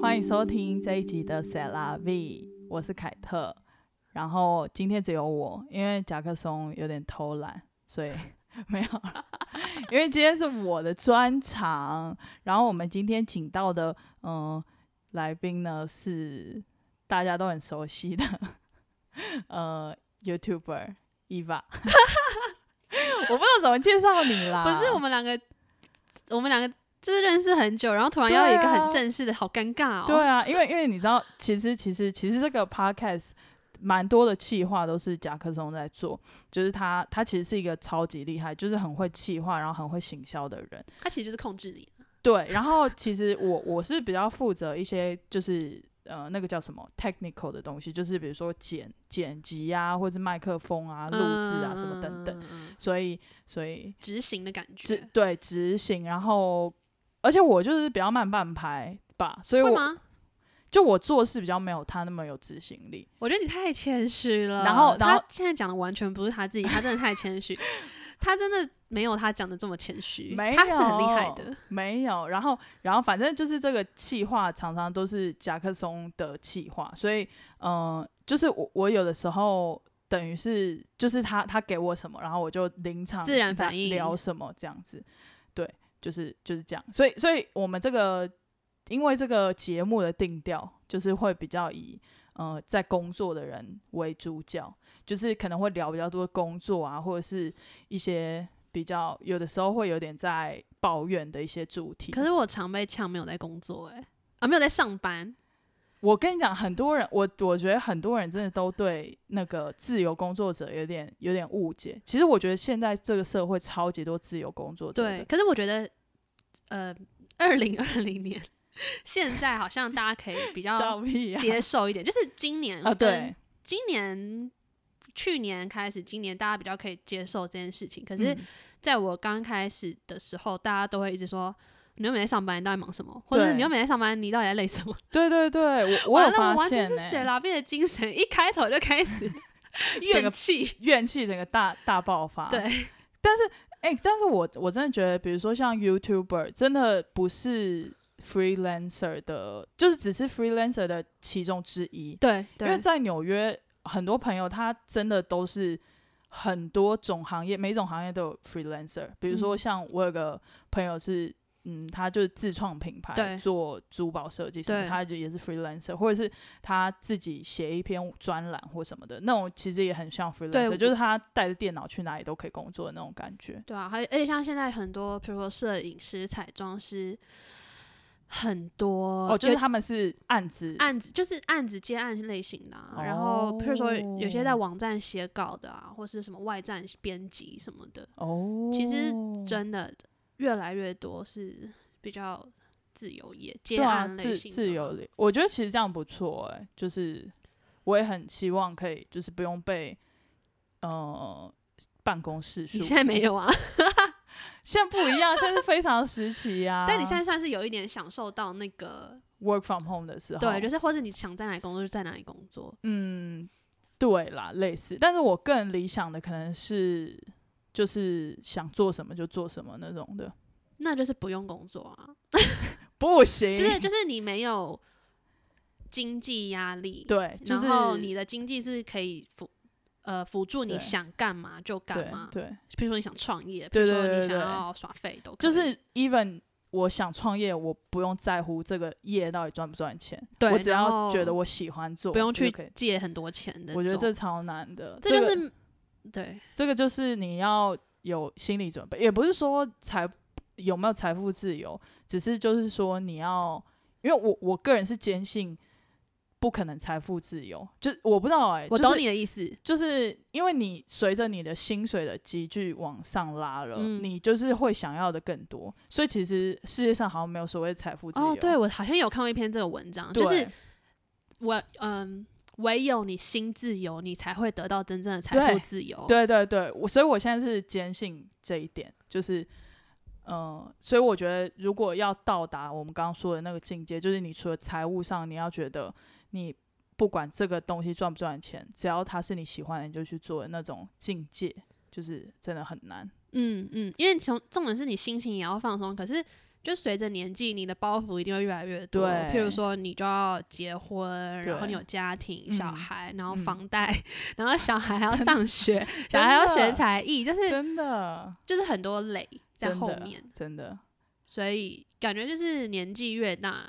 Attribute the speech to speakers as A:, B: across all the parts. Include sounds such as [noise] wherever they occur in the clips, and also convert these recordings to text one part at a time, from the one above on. A: 欢迎收听这一集的 s e l a V，我是凯特。然后今天只有我，因为夹克松有点偷懒，所以 [laughs] 没有了。因为今天是我的专场，然后我们今天请到的嗯、呃来宾呢是大家都很熟悉的 [laughs] 呃 YouTuber Eva。我不知道怎么介绍你啦，
B: 不是我们两个，我们两个就是认识很久，然后突然要有一个
A: 对啊
B: 很正式的，好尴尬哦。
A: 对啊，因为因为你知道，其实其实其实这个 podcast 蛮多的企划都是甲克松在做，就是他他其实是一个超级厉害，就是很会企划，然后很会行销的人。
B: 他其实就是控制你，
A: 对，然后其实我我是比较负责一些就是。呃，那个叫什么 technical 的东西，就是比如说剪剪辑啊，或者是麦克风啊、录制啊，什么等等。
B: 嗯，嗯嗯嗯
A: 所以，所以
B: 执行的感
A: 执
B: 觉，
A: 对执行，然后而且我就是比较慢半拍吧，所以
B: 会
A: 我
B: 吗？
A: 就我做事比较没有他那么有执行力。
B: 我觉得你太谦虚了。
A: 然后然后
B: 他现在讲的完全不是他自己，他真的太
A: [laughs]
B: 谦虚，他真的没有他讲的这么谦虚，
A: 没有，
B: 嗯他是很厉害的。，
A: 没有。然后，然后反正就是这个企划常常都是夹克松的企划，所以，嗯、就是我我有的时候等于是就是他他给我什么，然后我就临场
B: 自然反应
A: 聊什么这样子，对，就是就是这样。所以，所以我们这个因为这个节目的定调就是会比较以。呃，在工作的人为主角，就是可能会聊比较多工作啊，或者是一些比较有的时候会有点在抱怨的一些主题。
B: 可是我常被呛没有在工作、哎啊，没有在上班，
A: 我跟你讲，很多人，我我觉得很多人真的都对那个自由工作者有点有点误解。其实我觉得现在这个社会超级多自由工作者的，
B: 对。可是我觉得，呃，二零二零年现在好像大家可以比较
A: 笑屁啊！
B: 接受一点，就是今年
A: 啊，
B: 跟
A: 对，
B: 今年、去年开始，今年大家比较可以接受这件事情。可是
A: 嗯，
B: 在我刚开始的时候，大家都会一直说：“你又没在上班，你到底忙什么？”或者是
A: 对
B: “你又没在上班，你到底在累什么
A: 对对对，？”我有
B: 完了，我
A: 发
B: 完全
A: 现、
B: 是
A: 欸，
B: 谁拉变的精神，一开头就开 [laughs] 始
A: 整个
B: 怨气。
A: [laughs] 怨气整个大大爆发。
B: 对，
A: 哎、 [laughs] 但是我我真的觉得，比如说像 YouTuber，真的不是 freelancer 的，就是只是 freelancer 的其中之一。
B: 对
A: 因为
B: 对，
A: 在纽约，很多朋友他真的都是很多种行业，每种行业都有 freelancer。比如说，
B: 嗯
A: 像我有个朋友是，嗯，他就是自创品牌
B: 对
A: 做珠宝设计什么，
B: 对
A: 他就也是 freelancer，或者是他自己写一篇专栏或什么的，那种其实也很像 freelancer，
B: 我
A: 就是他带着电脑去哪里都可以工作的那种感觉。
B: 对啊，还有而且像现在很多，比如说摄影师、彩妆师，很多
A: 哦，就
B: 有
A: 是他们是案子，
B: 案子就是案子接案类型的啊、然后譬如说有些在
A: 哦
B: 网站写稿的啊，或是什么外站编辑什么的，
A: 哦，
B: 其实真的越来越多是比较自由业接
A: 对啊，
B: 案类
A: 自
B: 型的、
A: 自由，的，我觉得其实这样不错哎、就是我也很希望可以，就是不用被呃办公室束
B: 你
A: 缚。
B: 现在没，有啊，
A: 现在不一样，现在是非常时期啊。
B: [laughs] 但你现在算是有一点享受到那个
A: work from home 的时候，
B: 对，就是是或是你想在哪里工作就在哪里工作，
A: 嗯，对啦，类似，但是我更理想的可能是就是想做什么就做什么那种的，
B: 那就是不用工作啊，
A: 不行，
B: 就是就是你没有经济压力，
A: 对，就是
B: 然后你的经济是可以辅呃辅助
A: 对
B: 你想干嘛就干
A: 对
B: 嘛，
A: 对，
B: 比如说你想创业，比
A: 对
B: 如说
A: 对对
B: 你想
A: 对
B: 要耍废都可
A: 就
B: 以
A: 是 even 我想创业，我不用在乎这个业到底赚不赚钱，
B: 对
A: 我只
B: 然
A: 要
B: 后
A: 觉得我喜欢做，
B: 不用
A: 我就
B: 去
A: 可以。
B: 借很多钱的种。
A: 我觉得这超难的，
B: 这就
A: 个哎
B: 是对
A: 这个就是你要有心理准备，也不是说财有没有财富自由，只是就是说你要，因为我我个人是坚信不可能财富自由，就我不知道哎、
B: 我
A: 就是
B: 懂你的意思，
A: 就是因为你随着你的薪水的急剧往上拉了，
B: 嗯
A: 你就是会想要的更多，所以其实世界上好像没有所谓财富自由。
B: 哦，对，我好像有看过一篇这个文章，
A: 对，
B: 就是哦我嗯，唯有你心自由，你才会得到真正的财
A: 对
B: 富自由。
A: 对对对，我所以我现在是坚信这一点，就是，嗯、所以我觉得如果要到达我们刚刚说的那个境界，就是你除了财务上，你要觉得你不管这个东西赚不赚钱，只要它是你喜欢的，你就去做的那种境界，就是真的很难。
B: 嗯嗯，因为从重点是你心情也要放松，可是就随着年纪，你的包袱一定会越来越多。
A: 对
B: 譬如说你就要结婚，然后你
A: 对
B: 有家庭、小
A: 嗯
B: 孩，然后
A: 嗯
B: 房贷，然后
A: [laughs]
B: 小孩还要
A: 真
B: 上学，小孩要
A: 真
B: 学
A: 的
B: 才艺，就是
A: 真的
B: 就是很多累在
A: 真
B: 后
A: 的
B: 面，
A: 真的
B: 所以感觉就是年纪越大。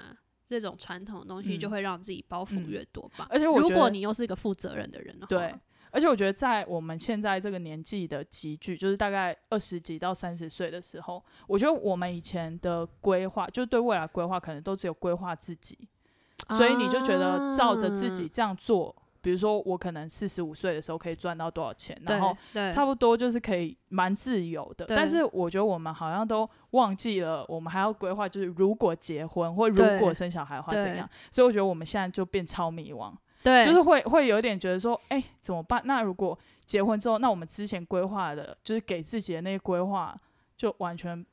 B: 这种传统的东西
A: 嗯
B: 就会让自己包袱
A: 嗯
B: 越多吧。
A: 而且我
B: 如
A: 觉
B: 果
A: 得
B: 你又是一个负责任的人的话，
A: 对，而且我觉得，在我们现在这个年纪的集聚，就是大概二十几到三十岁的时候，我觉得我们以前的规划，就是对未来规划，可能都只有规划自己，所以你就觉得照着自己
B: 啊，
A: 这样做。比如说，我可能四十五岁的时候可以赚到多少钱，
B: 对
A: 然后
B: 对
A: 差不多就是可以蛮自由的。
B: 对
A: 但是我觉得我们好像都忘记了，我们还要规划，就是如果结婚或如
B: 对
A: 果生小孩的话
B: 对
A: 怎样。所以我觉得我们现在就变超迷惘。
B: 对，
A: 就是会会有点觉得说，哎、怎么办？那如果结婚之后，那我们之前规划的，就是给自己的那些规划，就完全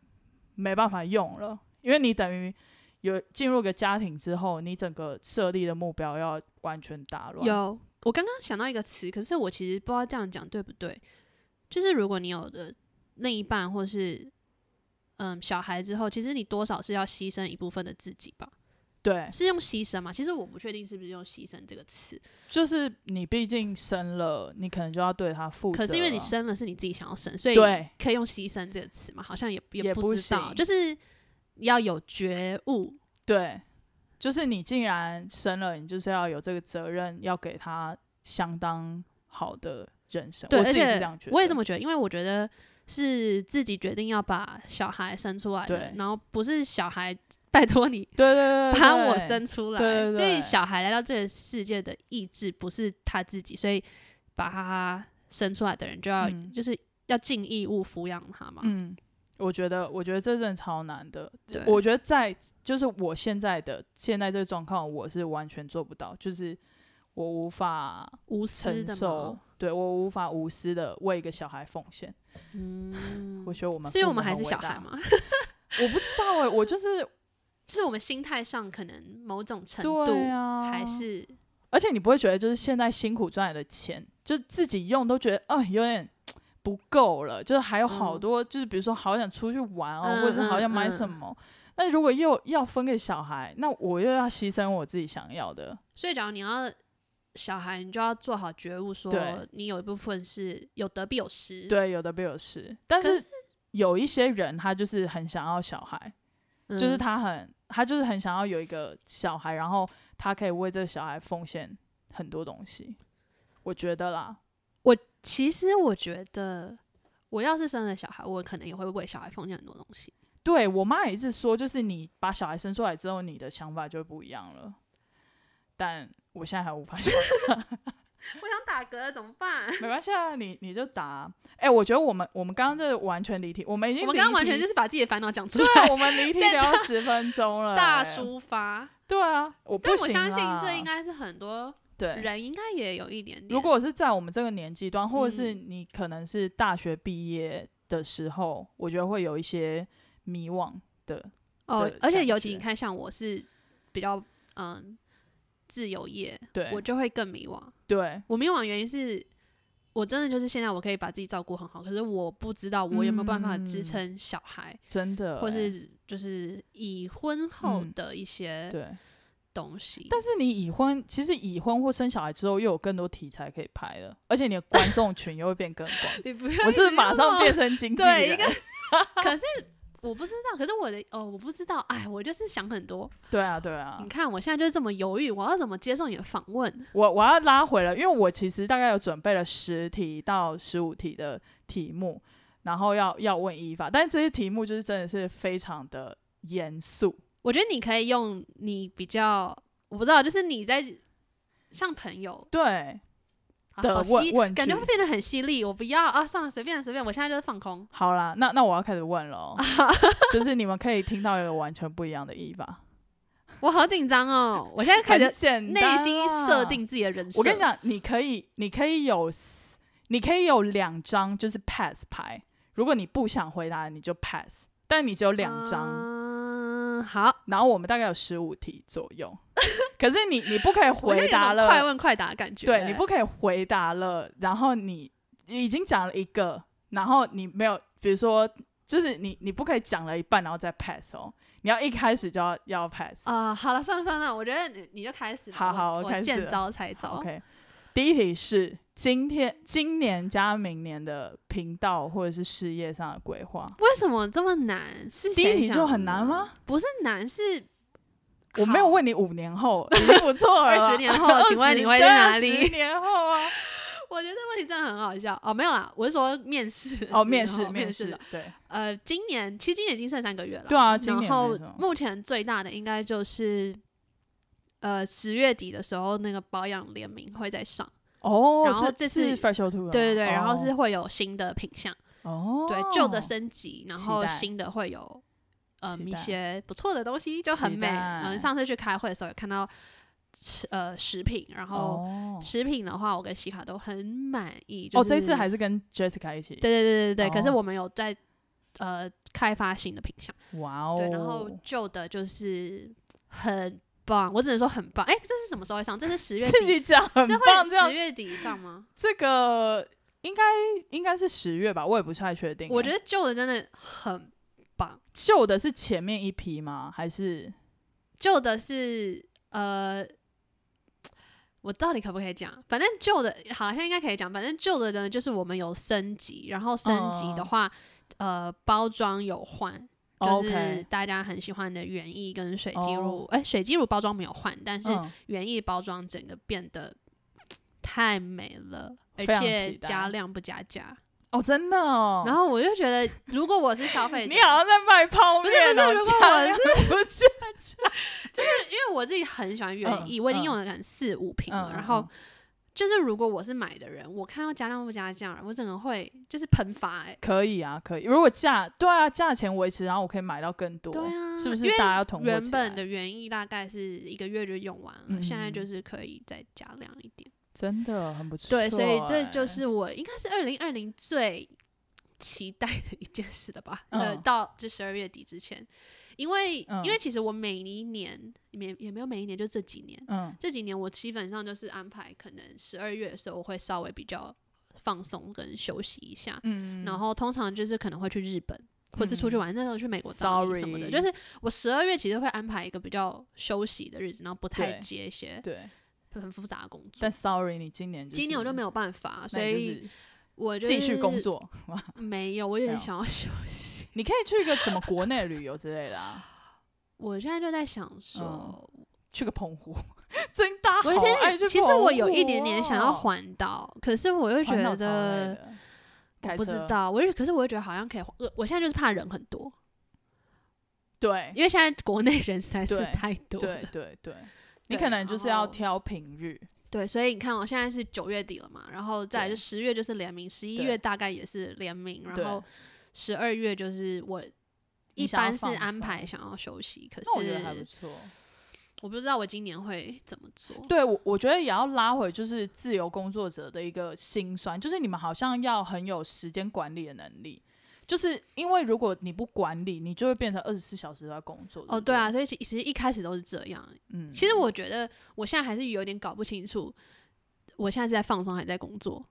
A: 没办法用了，因为你等于有进入个家庭之后，你整个设立的目标要完全打乱。
B: 有，我刚刚想到一个词，可是我其实不知道这样讲对不对。就是如果你有的另一半或是嗯小孩之后，其实你多少是要牺牲一部分的自己吧？
A: 对，
B: 是用牺牲吗？其实我不确定是不是用牺牲这个词。
A: 就是你毕竟生了，你可能就要对他负责啊。
B: 可是因为你生了是你自己想要生，所以
A: 对
B: 可以用牺牲这个词吗？好像也
A: 也
B: 不
A: 不
B: 知道，
A: 行
B: 就是要有觉悟。
A: 对，就是你既然生了，你就是要有这个责任，要给他相当好的人生。
B: 对，
A: 我
B: 而
A: 自己
B: 且
A: 是这样觉得。
B: 我也这么觉得，因为我觉得是自己决定要把小孩生出来的
A: 对，
B: 然后不是小孩拜托你
A: 对 [laughs] 对对对，
B: [laughs] 把我
A: 对
B: 生出来，
A: 对对
B: 所以
A: 对
B: 小孩来到这个世界的意志不是他自己，所以把他生出来的人就要、
A: 嗯
B: 就是要尽义务抚养他嘛。
A: 嗯，我觉得，我觉得这真的超难的。
B: 对，
A: 我觉得在就是我现在的现在这个状况，我是完全做不到，就是我无法
B: 无私
A: 承
B: 的
A: 受
B: 嘛，，
A: 对我无法无私的为一个小孩奉献。
B: 嗯
A: 我，觉得我们
B: 是因为
A: 父
B: 我们
A: 母
B: 还
A: 很
B: 是
A: 伟
B: 小
A: 大
B: 孩？嘛，
A: 我不知道哎、我就是
B: 就是我们心态上可能某种 [laughs] 程度
A: 对啊，
B: 还是
A: 而且你不会觉得就是现在辛苦赚来的钱，就自己用都觉得啊、有点不够了，就是还有好
B: 嗯
A: 多，就是比如说好想出去玩哦，
B: 嗯
A: 或者是好想买
B: 嗯
A: 什
B: 嗯
A: 么。那如果又要分给小孩，那我又要牺牲我自己想要的，
B: 所以，假如你要小孩，你就要做好觉悟，说
A: 对
B: 你有一部分是有得必有失。，
A: 对，有的必有失。但
B: 可
A: 是有一些人他就是很想要小孩，
B: 嗯
A: 就是他很他就是很想要有一个小孩，然后他可以为这个小孩奉献很多东西，我觉得啦，
B: 我其实我觉得，我要是生了小孩，我可能也会为小孩奉献很多东西。
A: 对我妈也一直说，就是你把小孩生出来之后，你的想法就会不一样了。但我现在还无法 [laughs] 想，
B: 我想打嗝怎么办？ [laughs]
A: 没关系啊，你你就答。哎、我觉得我们我们刚刚这完全离题，我们已经
B: 我们刚刚
A: 离
B: 完全
A: 题
B: 就是把自己的烦恼讲出
A: 对，
B: 来， [laughs]
A: 我们离题
B: 在
A: 聊
B: 大
A: 十分钟了、
B: 大
A: 哎，
B: 抒发。
A: 对啊，我不
B: 但我
A: 行
B: 相信这
A: 啦
B: 应该是很多
A: 对。
B: 人应该也有一点点。
A: 如果是在我们这个年纪段，或者是
B: 嗯
A: 你可能是大学毕业的时候，我觉得会有一些迷惘的。
B: 哦
A: 的，
B: 而且
A: 感
B: 尤其
A: 觉
B: 你看，像我是比较嗯自由业，
A: 对
B: 我就会更迷惘。
A: 对，
B: 我迷惘的原因是我真的就是现在我可以把自己照顾很好，可是我不知道我有没有办法支
A: 嗯
B: 撑小孩，
A: 真的、
B: 或
A: 哎
B: 是就是已婚后
A: 嗯
B: 的一些
A: 对。
B: 东西。。
A: 但是你已婚，其实已婚或生小孩之后，又有更多题材可以拍了，而且你的观众群又会变更广
B: [laughs] 你不要
A: 我
B: 一
A: 是不
B: 直
A: 是马
B: 用
A: 上
B: 我
A: 变成经纪
B: 哦对一
A: 人，
B: 个，可是我不知道，可是我的哦，我不知道，哎，我就是想很多。
A: 对啊，对啊
B: 你。看我现在就是这么犹豫，我要怎么接受你的访问？
A: 我我要拉回了，因为我其实大概有准备了十题到十五题的题目，然后要要问依法，但是这些题目就是真的是非常的严肃。
B: 我觉得你可以用你比较，我不知道，就是你在像朋友
A: 对，
B: 啊
A: 的
B: 好
A: 问
B: 犀
A: 问
B: 感觉
A: 句
B: 会变得很犀利。我不要啊，算了，随便随便，我现在就是放空。
A: 好啦，那那我要开始问
B: [laughs]
A: 了，就是你们可以听到一个完全不一样的依法，
B: 我好紧张哦，我现在开
A: 很
B: 始
A: 简单啊
B: 内心
A: 啦
B: 设定自己的人设。
A: 我跟你，讲，你可以，你可以有四，你可以有两张就是 pass 牌。如果你不想回答，你就 pass。但你只有两张，
B: 嗯，好，
A: 然后我们大概有十五题左右。 [laughs] 可是你你不可以
B: 我
A: 回
B: 现在有
A: 答
B: 种快
A: 了，
B: 问欸快答的感觉。
A: 对你不，可以回答了。然后你已经讲了一个，然后你没有，比如说就是你你不可以讲了一半然后再 pass 哦，你要一开始就要要 pass。
B: 啊、好了，算了算了，我觉得你你就开始吧，
A: 好好
B: 我
A: 我开始
B: 见
A: 了
B: 招拆招。
A: OK，第一题是今天今年加明年的频道或者是事业上的规划。
B: 为什么这么难？是
A: 第
B: 谁
A: 一题
B: 想啊
A: 就
B: 的
A: 很难
B: 呢？
A: 吗？
B: 不是难，是
A: 我没有
B: 好
A: 问你五年
B: [laughs]
A: 后，已经不错了
B: 二
A: 啦。
B: 十年后，请问你会在哪
A: 十
B: 里？
A: 年后
B: [laughs]
A: 啊？
B: 我觉得这问题真的很好笑哦，没有啦，我是说面试的
A: 哦，
B: 时
A: 面
B: 候
A: 试
B: 面
A: 面
B: 试
A: 试
B: 的，
A: 对，
B: 呃，今年其实今年已经剩三个月了，
A: 对啊今年
B: 然后
A: 没错
B: 目前最大的应该就是呃十月底的时候那个保养联名会在上，
A: 哦，
B: 然后
A: 是
B: 这
A: 是
B: 次
A: Fresh Two，
B: 对对对，然后是会有新的品相，
A: 哦，
B: 对旧的升级，然
A: 期
B: 后
A: 待
B: 新的会有嗯
A: 期
B: 一
A: 待
B: 些不错的东西，就很
A: 期
B: 美。
A: 待
B: 嗯，上次去开会的时候有看到吃呃食品，然后
A: 哦
B: 食品的话，我跟西卡都很满意。就
A: 哦，
B: 是、
A: 这次还是跟 Jessica 一起，
B: 对对对对对，可是
A: 哦
B: 我们有在呃开发新的品相，
A: 哇哦，
B: 对，然后旧的就是很棒，我只能说很棒。哎、这是什么时候会上？这是十月
A: 自己
B: 底，
A: 讲很
B: 这
A: 棒，这
B: 会
A: 样
B: 十月底上吗？
A: 这个应该应该是十月吧，我也不太确定欸。
B: 我觉得旧的真的很棒，
A: 旧的是前面一批吗？还是
B: 旧的是呃。我到底可不可以讲？反正旧的好像应该可以讲。反正旧的呢，就是我们有升级，然后升级的
A: 嗯
B: 话，呃，包装有换，就
A: OK？
B: 是大家很喜欢的园艺跟水晶
A: 哦
B: 乳，哎、水晶乳包装没有换，但是
A: 嗯
B: 园艺包装整个变得太美了，而
A: 非常
B: 且
A: 期待
B: 加量不加价。
A: 哦，真的哦。
B: 然后我就觉得，如果我是
A: [laughs]
B: 消费者，
A: 你好像在卖泡
B: 不
A: 面
B: 是不是
A: 哦，
B: 如果
A: 加
B: 我
A: 量不是 [laughs]
B: 因为我自己很喜欢园艺，
A: 嗯
B: 我已经
A: 嗯
B: 用了可能四五瓶了，
A: 嗯嗯
B: 然后
A: 嗯。
B: 就是如果我是买的人，我看到加量不加价，我整个会就是喷发哎、
A: 可以啊，可以。如果价对啊，价钱维持，然后我可以买到更多，
B: 对啊，
A: 是不是
B: 因为
A: 大家要囤货
B: 原
A: 起来
B: 本的园艺大概是一个月就用完了，现在就
A: 嗯
B: 是可以再加量一点。
A: 真的很不错欸、
B: 对，所以这就是我应该是二零二零最期待的一件事了吧？呃，
A: 嗯
B: 到就十二月底之前，因为、
A: 嗯
B: 因为其实我每一年也也没有每一年，就这几年，
A: 嗯
B: 这几年我基本上就是安排，可能十二月的时候我会稍微比较放松跟休息一下，
A: 嗯，
B: 然后通常就是可能会去日本。或是出去
A: 嗯
B: 玩，那时候去美国找你什么的，就
A: Sorry
B: 是我十二月其实会安排一个比较休息的日子，然后不太
A: 对
B: 接一些
A: 对，
B: 很复杂的工作
A: 但。sorry，你今年、就是、
B: 今年我就没
A: 有，
B: 有办法，所以我就
A: 继续工
B: 是
A: 作。
B: 没有，我有点
A: 没有
B: 想要休息。 [laughs]
A: 你可以去一个什么国内旅游之类的啊，
B: 我现在就在想说，
A: 去个澎湖， [laughs] 真大
B: 我
A: 嗯啊好
B: 有点
A: 爱去、哦
B: 其实我有一点点想要，环岛，可是我又觉
A: 环岛超累
B: 得
A: 的
B: 我
A: 开
B: 不知
A: 车
B: 道，我就可是我又觉得好像可以环，我我现在就是怕人很多，
A: 对
B: 因为现在国内人实在是
A: 哎对
B: 太多了
A: 对。
B: [laughs]
A: 对对，你
B: 对
A: 可能就是要
B: 然后
A: 挑平日，
B: 对，所以你看，我哦现在是九月底了嘛，然后再来就
A: 对
B: 十月就是联名，十一
A: 对
B: 月大概也是联名，
A: 对
B: 然后十二月就是我一
A: 你想要
B: 般是
A: 放
B: 安排
A: 松
B: 想要休息，可
A: 那我觉得还不
B: 是
A: 错。
B: 我不知道我今年会怎么做。
A: 对我，我觉得也要拉回就是自由工作者的一个心酸，就是你们好像要很有时间管理的能力，就是因为如果你不管理，你就会变成二十四小时都在工作。
B: 哦，
A: 不
B: 对啊，，所以其其实一开始都是这样。
A: 嗯，
B: 其实我觉得我现在还是有点搞不清楚，我现在是在放松还是在工作？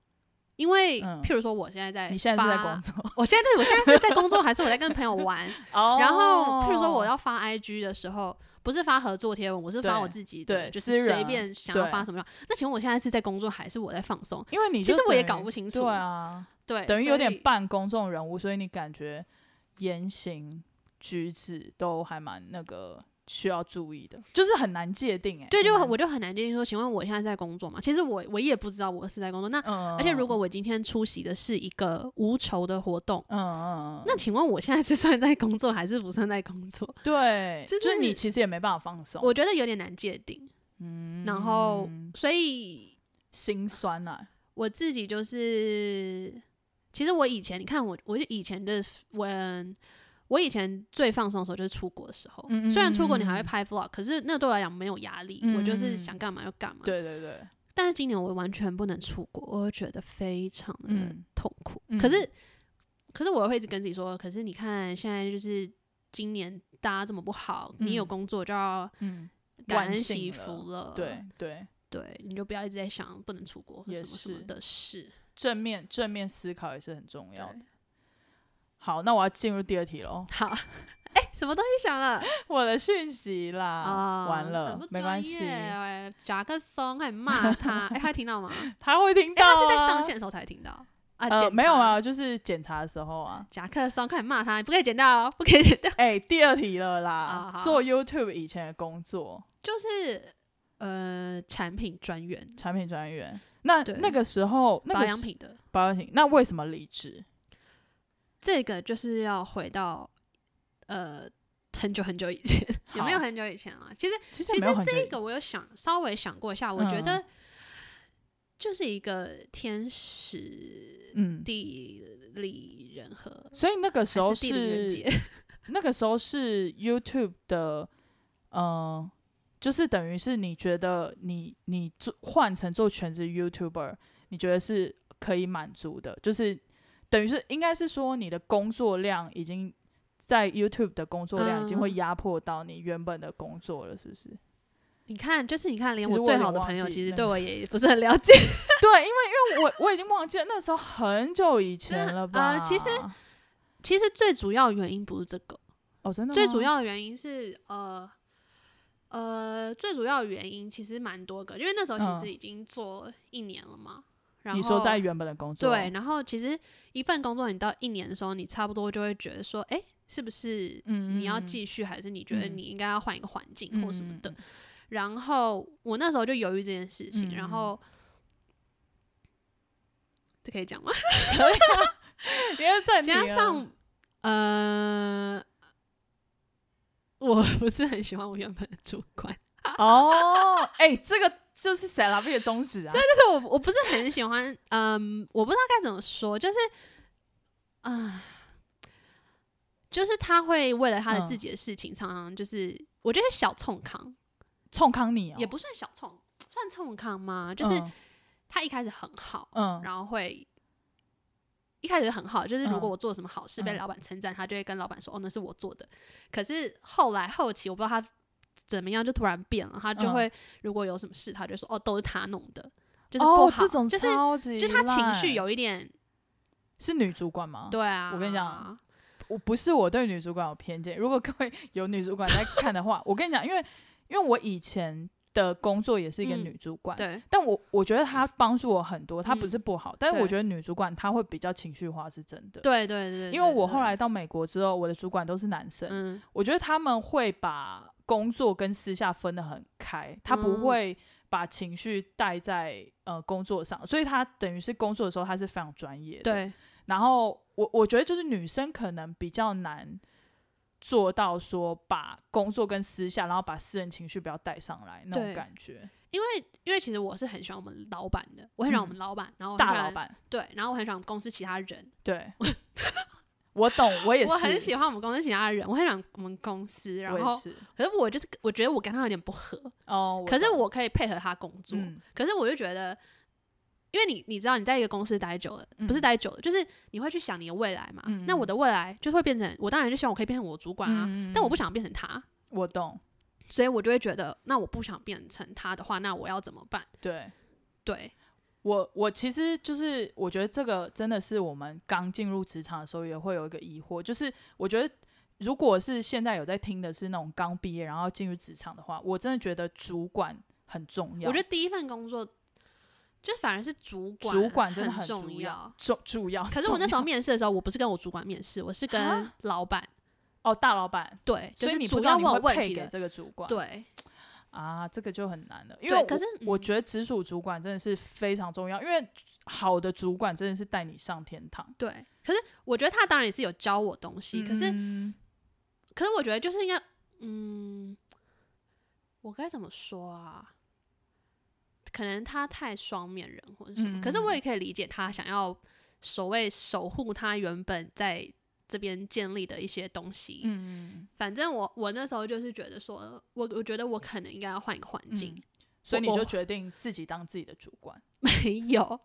B: 因为、
A: 嗯
B: 譬如说，我现在在
A: 你现在是在
B: 发
A: 工，作，
B: 我现在对我现在是在工作，还是我在跟朋友
A: [laughs]
B: 玩？
A: 哦
B: 然后譬如说我要发 IG 的时候，不是发合作贴文，我是发
A: 对
B: 我自己的，
A: 对
B: 就是
A: 私人
B: 随便想要
A: 对
B: 发什么样。那请问我现在是在工作还是我在放松？
A: 因为你
B: 其
A: 就
B: 实我也
A: 等
B: 搞
A: 于
B: 不清楚
A: 对啊，
B: 对，
A: 等于
B: 所
A: 有
B: 以
A: 点半公众人物，所以你感觉言行举止都还蛮那个需要注意的，就是很难界定哎、
B: 对，就
A: 很难
B: 我就很嗯难界定说，请问我现在在工作吗？其实我我也不知道我是在工作。那
A: 嗯，
B: 而且如果我今天出席的是一个无酬的活动，
A: 嗯嗯嗯，
B: 那请问我现在是算在工作还是不算在工作？
A: 对，
B: 就
A: 就是
B: 是
A: 你其实也没办法放松，
B: 我觉得有点难界定。
A: 嗯
B: 然后，所以
A: 心酸啊，
B: 我自己就是，其实我以前你看我，我就以前的我，我以前最放松的时候就是出国的时候。
A: 嗯嗯
B: 虽然出国你还会
A: 嗯嗯嗯
B: 拍 vlog，可是那对我来讲没有压力，我就是想干嘛就干嘛。。
A: 对对对，
B: 但是今年我完全不能出国，我会觉得非常的
A: 嗯
B: 痛苦。
A: 嗯
B: 可是，可是我会一直跟自己说，可是你看现在就是今年大家这么不好，你有
A: 嗯
B: 工作就要
A: 嗯，
B: 感
A: 万
B: 恩
A: 幸
B: 惜
A: 了
B: 福了。
A: 对对，
B: 对，你就不要一直在想不能出国或
A: 也
B: 什么什么
A: 是
B: 的事。
A: 正面正面思考也是很重要的。好，那我要进入第二题喽。
B: [laughs] 好，哎、什么东西响了？
A: 我的讯息啦，
B: 啊，
A: 完
B: 很
A: 了
B: 不，
A: 没
B: 专
A: 关系
B: 业，哎夹个
A: [laughs]
B: 松，还骂他，哎、他听到吗？哎、
A: 他会听到、啊
B: 他是在上线的时候才听到啊，
A: 呃，
B: 检
A: 没有
B: 查。
A: 啊，就是检查的时候啊。
B: 夹克松，快点骂他！不可以剪掉哦，不可以剪掉。 [laughs]
A: 哎、第二题了
B: 啊
A: 啦，
B: 好
A: 做 YouTube 以前的工作，
B: 就是呃，产品专员，
A: 产品专员。那
B: 对
A: 那个时候，那
B: 保
A: 个
B: 养
A: 时
B: 品的
A: 保养品，那为什么离职？
B: 这个就是要回到呃很久很久以前，有没有
A: 好
B: 很久以前啊？其实
A: 其实
B: 其
A: 也
B: 实
A: 没有很久
B: 这个我有想稍微想过一下，我觉
A: 嗯
B: 得就是一个天时
A: 嗯，
B: 地利人和，
A: 所以那个时候
B: 还是地利人
A: 是
B: 杰。 [laughs]
A: 那个时候是 YouTube 的，呃，就是等于是你觉得你你做换成做全职 YouTuber，你觉得是可以满足的，就是等于是应该是说你的工作量已经在 YouTube 的工作量已经会
B: 嗯
A: 压迫到你原本的工作了，是不 [laughs] 是？
B: 你看，就是你看，连
A: 其实
B: 我
A: 我
B: 最
A: 有点
B: 好的
A: 忘
B: 朋友
A: 记
B: 其实
A: 那
B: 对
A: 个
B: 我也不是很了解。 [laughs]
A: 对，因为因为我我已经忘记了那时候很久以前了吧？
B: 呃其实其实最主要原因不是这个，
A: 哦，真的
B: 最
A: 吗
B: 主要的原因是呃呃，最主要的原因其实蛮多个，因为那时候其
A: 嗯
B: 实已经做一年了嘛。然后
A: 你说在原本的工作
B: 对，，然后其实一份工作你到一年的时候，你差不多就会觉得说，哎，是不是
A: 嗯
B: 你要
A: 嗯嗯
B: 继续，还是你觉得
A: 嗯
B: 你应该要换一个环境或什么的
A: 嗯？
B: 然后我那时候就犹豫这件事情，
A: 嗯嗯
B: 然
A: 嗯
B: 后这可以讲吗？
A: 因为在
B: 加上呃，我不是很喜欢我原本的主管， [laughs]
A: [laughs] 哦，哎、这个就是 s a l a v 的宗旨啊，
B: 但是我我不是很喜欢，嗯，我不知道该怎么说，就是啊、就是他会为了他的
A: 嗯
B: 自己的事情，常常就是我觉得小冲康
A: 冲康你哦，
B: 也不算小冲，算冲康吗？就是
A: 嗯
B: 他一开始很好，
A: 嗯
B: 然后会一开始很好，就是如果
A: 嗯
B: 我做什么好事被
A: 嗯
B: 老板称赞，他就会跟老板说：“哦，那是我做的。”可是后来后期，我不知道他怎么样，就突然变了，他就
A: 嗯
B: 会、如果有什么事，他就说：“哦，都是他弄的，就是不好。
A: 哦，这种
B: 就是
A: 超级
B: 就是他情绪
A: 烂
B: 有一点，
A: 是女主管吗？
B: 对啊，
A: 我跟你讲，我不是我对女主管有偏见，如果各位有女主管在看的
B: [laughs]
A: 话，我跟你讲，因为因为我以前的工作也是一个
B: 嗯
A: 女主管，
B: 对，
A: 但我我觉得她帮助我很多，她不
B: 嗯
A: 是不好，但是我
B: 对
A: 觉得女主管她会比较情绪化，是真的。
B: 对对对，
A: 因为我
B: 对
A: 后来，到美国之后，我的主管都是男生
B: 对，嗯
A: 我觉得他们会把工作跟私下分得很开，他
B: 嗯
A: 不会把情绪带在呃工作上，所以他等于是工作的时候他是非常专业的。
B: 对，
A: 然后我我觉得就是女生可能比较难做到说把工作跟私下，然后把私人情绪不要带上来那
B: 对
A: 种感觉。
B: 因为因为其实我是很喜欢我们老板的，我很喜欢我
A: 嗯
B: 们老板，然后我很
A: 大
B: 喜
A: 老
B: 欢
A: 板，
B: 对，然后我很喜欢公司其他人，
A: 对， [laughs] 我懂，我也是，
B: 我很喜欢我们公司其他人，我很喜欢我们公司，然
A: 我也
B: 后
A: 是。
B: 可是我就是我觉得我跟他有点不合，
A: 哦，
B: 可是
A: 懂，
B: 我可以配合他工作，
A: 嗯
B: 可是我就觉得。因为你你知道你在一个公司待久了，不是
A: 嗯
B: 待久了，就是你会去想你的未来嘛。
A: 嗯
B: 那我
A: 嗯
B: 的未来就会变成，我当然就希望我可以变成我主管啊，
A: 嗯嗯
B: 但
A: 嗯
B: 我不想变成他，
A: 我懂，
B: 所以我就会觉得，那我不想变成他的话，那我要怎么办？
A: 对。
B: 对，
A: 我我其实就是我觉得这个真的是我们刚进入职场的时候也会有一个疑惑，就是我觉得如果是现在有在听的是那种刚毕业然后进入职场的话，我真的觉得主管很重要。
B: 我觉得第一份工作就反而是主管，
A: 主管真的
B: 很
A: 很
B: 重
A: 主要。重主要。
B: 可是我那时候
A: 重
B: 面试的时候，我不是跟我主管面试，我是跟
A: 啊
B: 老板，
A: 要哦大老板，
B: 对，就
A: 所以
B: 是
A: 你
B: 主
A: 不知道
B: 要问
A: 你
B: 我
A: 会
B: 问
A: 配
B: 题
A: 给
B: 的，
A: 这个主管，
B: 对，
A: 啊，这个就很难了。因
B: 对
A: 为
B: 可
A: 我
B: 是
A: 我
B: 嗯
A: 觉得直属主管真的是非常重要，因为好的主管真的是带你上天堂。
B: 对。可是我觉得他当然也是有教我东西，可是
A: 嗯
B: 可是我觉得就是应该，嗯，我该怎么说啊？可能他太双面人或者什
A: 嗯
B: 么，可是我也可以理解他想要所谓守护他原本在这边建立的一些东西。
A: 嗯，
B: 反正我我那时候就是觉得说，我我觉得我可能应该要换一个环境，
A: 嗯所以你
B: 我
A: 就决定自己当自己的主管。
B: 没有。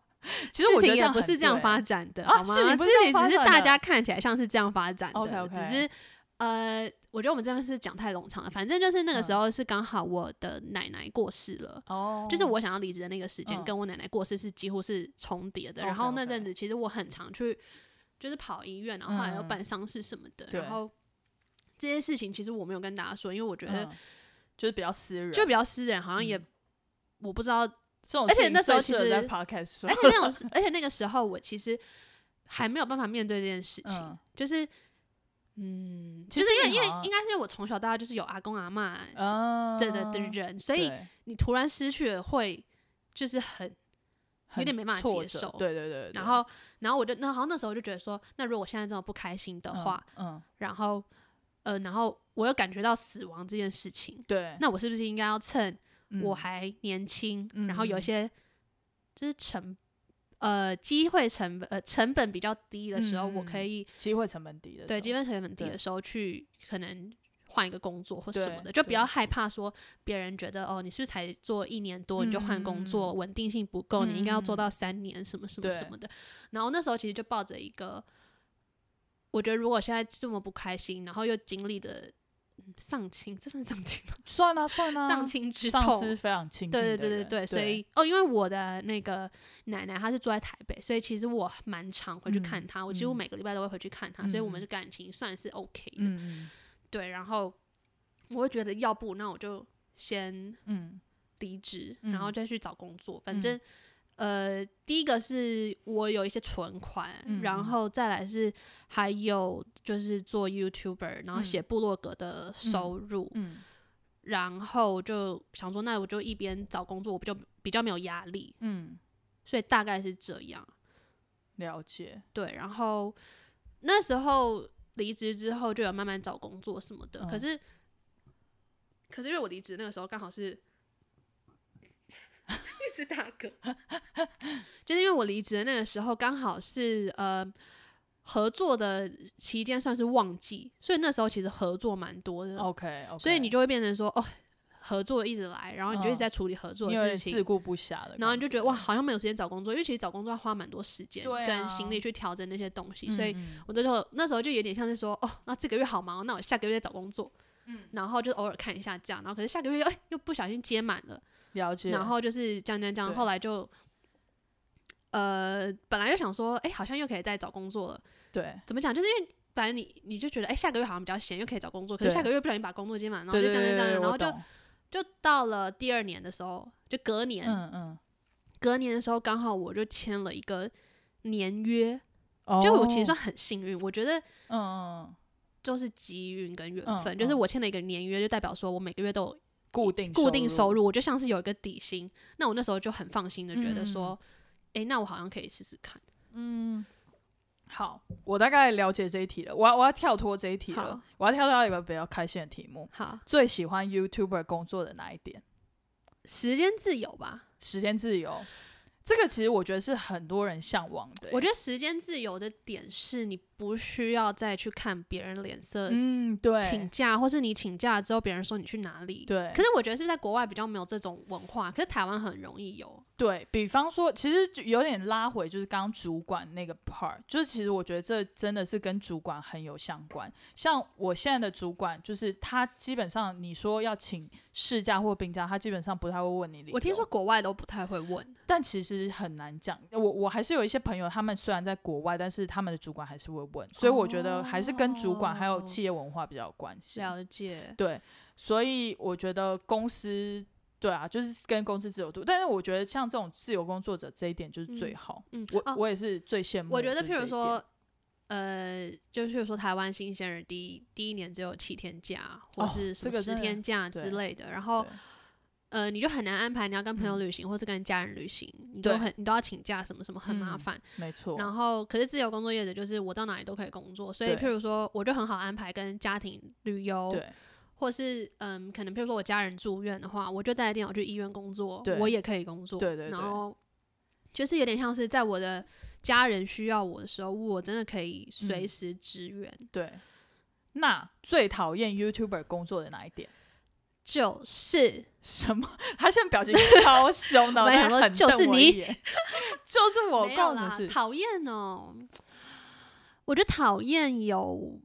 A: 其实我
B: 事
A: 觉
B: 情
A: 得
B: 也
A: 样
B: 不是
A: 很
B: 这样
A: 对
B: 发展的，
A: 啊
B: 好吗？
A: 事情不是
B: 自
A: 这
B: 己
A: 样发
B: 只是
A: 展
B: 大
A: 的
B: 家看起来像是这样发展的
A: OK，OK
B: 只是呃，我觉得我们这边是讲太冗长了。反正就是那个时
A: 嗯
B: 候是刚好我的奶奶过世了。
A: 哦，
B: 就是我想要离职的那个时间，
A: 嗯
B: 跟我奶奶过世是几乎是重叠的。然后
A: OK，OK
B: 那阵子，其实我很常去就是跑医院，然后后来又办丧事什么的，
A: 嗯对
B: 然后这些事情其实我没有跟大家说，因为我觉得
A: 嗯就是比较私人，
B: 就比较私人，好像也、
A: 嗯
B: 我不知道，而
A: 这种
B: 而且
A: 事情
B: 那时候
A: 最适合
B: 其实
A: 在 podcast 说
B: 且，那种时，而且那个时候我其实还没有办法面对这件事情，
A: 嗯
B: 就是嗯，
A: 其
B: 就是
A: 实
B: 因为
A: 你
B: 因为
A: 好像啊
B: 应该是因为我从小到大就是有阿公阿妈
A: 嗯，
B: 这的的人，所以
A: 对
B: 你突然失去了会就是很。
A: 很
B: 点没办法
A: 挫
B: 接
A: 折
B: 受
A: 对对对，对
B: 然后，然后我就那好像那时候我就觉得说，那如果我现在这么不开心的
A: 嗯
B: 话，
A: 嗯，
B: 然后呃，然后我又感觉到死亡这件事情，
A: 对，
B: 那我是不是应该要趁
A: 嗯
B: 我还年轻，
A: 嗯
B: 然后
A: 嗯
B: 有一些就是成呃机会成本呃成本比较低的时候，我可
A: 嗯嗯
B: 以
A: 机会成本低的时候，
B: 对机会成本低
A: 对
B: 的时候去可能。换一个工作或什么
A: 对
B: 的，就不
A: 对
B: 要害怕说别人觉得哦，你是不是才做一年多你就换
A: 嗯
B: 工作，稳定性不够，你应该要
A: 嗯嗯
B: 做
A: 嗯
B: 到三年什么什么什
A: 对
B: 么的。然后那时候其实就抱着一个，我觉得如果现在这么不开心，然后又经历的嗯丧亲，这算丧亲吗？
A: 算啊算啊，
B: 丧亲之
A: 丧
B: 痛，
A: 失非常亲近的
B: 对对
A: 人，
B: 对对
A: 对，
B: 对，所以哦，因为我的那个奶奶她是住在台北，所以其实我蛮常回去看
A: 嗯
B: 她，我几乎
A: 嗯
B: 每个礼拜都会回去看她，所以我们
A: 嗯嗯
B: 的感情算是 OK 的。
A: 嗯
B: 对，然后我会觉得要不那我就先
A: 嗯嗯
B: 离职，然后
A: 嗯
B: 再去找工作，反
A: 嗯
B: 正。呃，第一个是我有一些存款，
A: 嗯嗯
B: 然后再来是还有就是做 YouTuber，然后
A: 嗯
B: 写部落格的收入，
A: 嗯
B: 然后就想说，那我就一边找工作，我不就比较没有压力，
A: 嗯，
B: 所以大概是这样。
A: 了解，
B: 对，然后那时候离职之后就有慢慢找工作什么的，可
A: 嗯
B: 是可是因为我离职那个时候刚好是 [laughs] 一直打嗝，就是因为我离职的那个时候刚好是呃。合作的期间算是旺季，所以那时候其实合作蛮多的。
A: OK OK，
B: 呃所以你就会变成说，哦，合作一直来，然后你就一
A: 嗯
B: 直在处理合作
A: 你有
B: 的
A: 点
B: 事
A: 自
B: 情，
A: 顾不暇的，
B: 然后你就觉得哇，，好像没有时间找工作，因为其实找工作要花蛮多时间
A: 对啊
B: 跟心力去调整那些东西，所以
A: 嗯嗯
B: 我那时候那时候就有点像是说，哦，那这个月好忙哦，那我下个月再找工作，
A: 嗯，
B: 然后就偶尔看一下这样，然后可是下个月又哎又不小心接满了，
A: 了解，
B: 然后就是这样这样这样，
A: 对
B: 后来就。呃，本来又想说，哎、好像又可以再找工作了。
A: 对
B: 怎么讲？就是因为本来你你就觉得，哎、下个月好像比较闲，又可以找工作。可是
A: 对
B: 下个月不小心把工作接满，然后
A: 对
B: 就
A: 对
B: 这样这
A: 对对，
B: 样这样，然
A: 我
B: 后就
A: 懂
B: 就到了第二年的时候，就隔年，
A: 嗯嗯，
B: 隔年的时候刚好我就签了一个年约，
A: 哦
B: 就我其实算很幸运，我觉得
A: 嗯嗯嗯
B: 就是机运跟缘
A: 嗯
B: 分，就是
A: 嗯
B: 我签了一个年约，就代表说我每个月都有
A: 固定
B: 固定收
A: 入，
B: 入，我就像是有一个底薪。那我那时候就很放心的觉得
A: 嗯嗯
B: 说，哎、那我好像可以试试看。
A: 嗯。好，我大概了解这一题了。我要我要跳脱这一题了
B: 好，
A: 我要跳到一个比较开心的题目。
B: 好，
A: 最喜欢 YouTuber 工作的哪一点？
B: 时间自由吧，
A: 时间自由，这个其实我觉得是很多人向往的欸、
B: 我觉得时间自由的点是你不需要再去看别人脸色。
A: 嗯，对，
B: 请假，或是你请假之后，别人说你去哪里，
A: 对，
B: 可是我觉得是不是在国外比较没有这种文化，可是台湾很容易有。
A: 对比方说，其实就有点拉回就是刚刚主管那个 part，就是其实我觉得这真的是跟主管很有相关。像我现在的主管，就是他基本上你说要请事假或病假，他基本上不太会问你理由。
B: 我听说，国外都不太会问，
A: 但其实很难讲。我我还是有一些朋友，他们虽然在国外，但是他们的主管还是会问，所以我觉得还是跟主管还有
B: 哦
A: 企业文化比较有关系。
B: 了解。
A: 对，所以我觉得公司对啊，就是跟公司自由度，但是我觉得像这种自由工作者这一点就是最好，
B: 嗯，
A: 我、
B: 哦
A: 我也是最羡慕。
B: 我觉得譬如，说，呃，就譬如说台湾新鲜人第一第一年只有七天假，或
A: 哦
B: 是什
A: 这
B: 么
A: 个
B: 十
A: 真的
B: 天假之
A: 对
B: 类的，然
A: 哦
B: 后，呃，你就很难安排你要跟朋友
A: 嗯
B: 旅行，或是跟家人旅行，你都
A: 对
B: 很你都要请假，什么什么很麻
A: 嗯
B: 烦。
A: 没错，
B: 然后，可是自由工作业者就是我到哪里都可以工作，所以
A: 对
B: 譬如说，我就很好安排跟家庭旅游，
A: 对
B: 或是嗯，可能比如说我家人住院的话，我就带着电脑去医院工作
A: 对，
B: 我也可以工作。
A: 对对对
B: 然后就是有点像是在我的家人需要我的时候，我真的可以随
A: 嗯
B: 时支援。
A: 对。那最讨厌 YouTuber 工作的哪一点？
B: 就是
A: 什么？ [laughs] 他现在表情超凶的，
B: 我本来
A: 他
B: 想说
A: 很
B: 就
A: 瞪
B: 是
A: 我
B: 你
A: 一眼， [laughs] 就是我，
B: 没
A: 关
B: 有
A: 我什么
B: 啦
A: 事，
B: 讨厌哦。我觉得讨厌有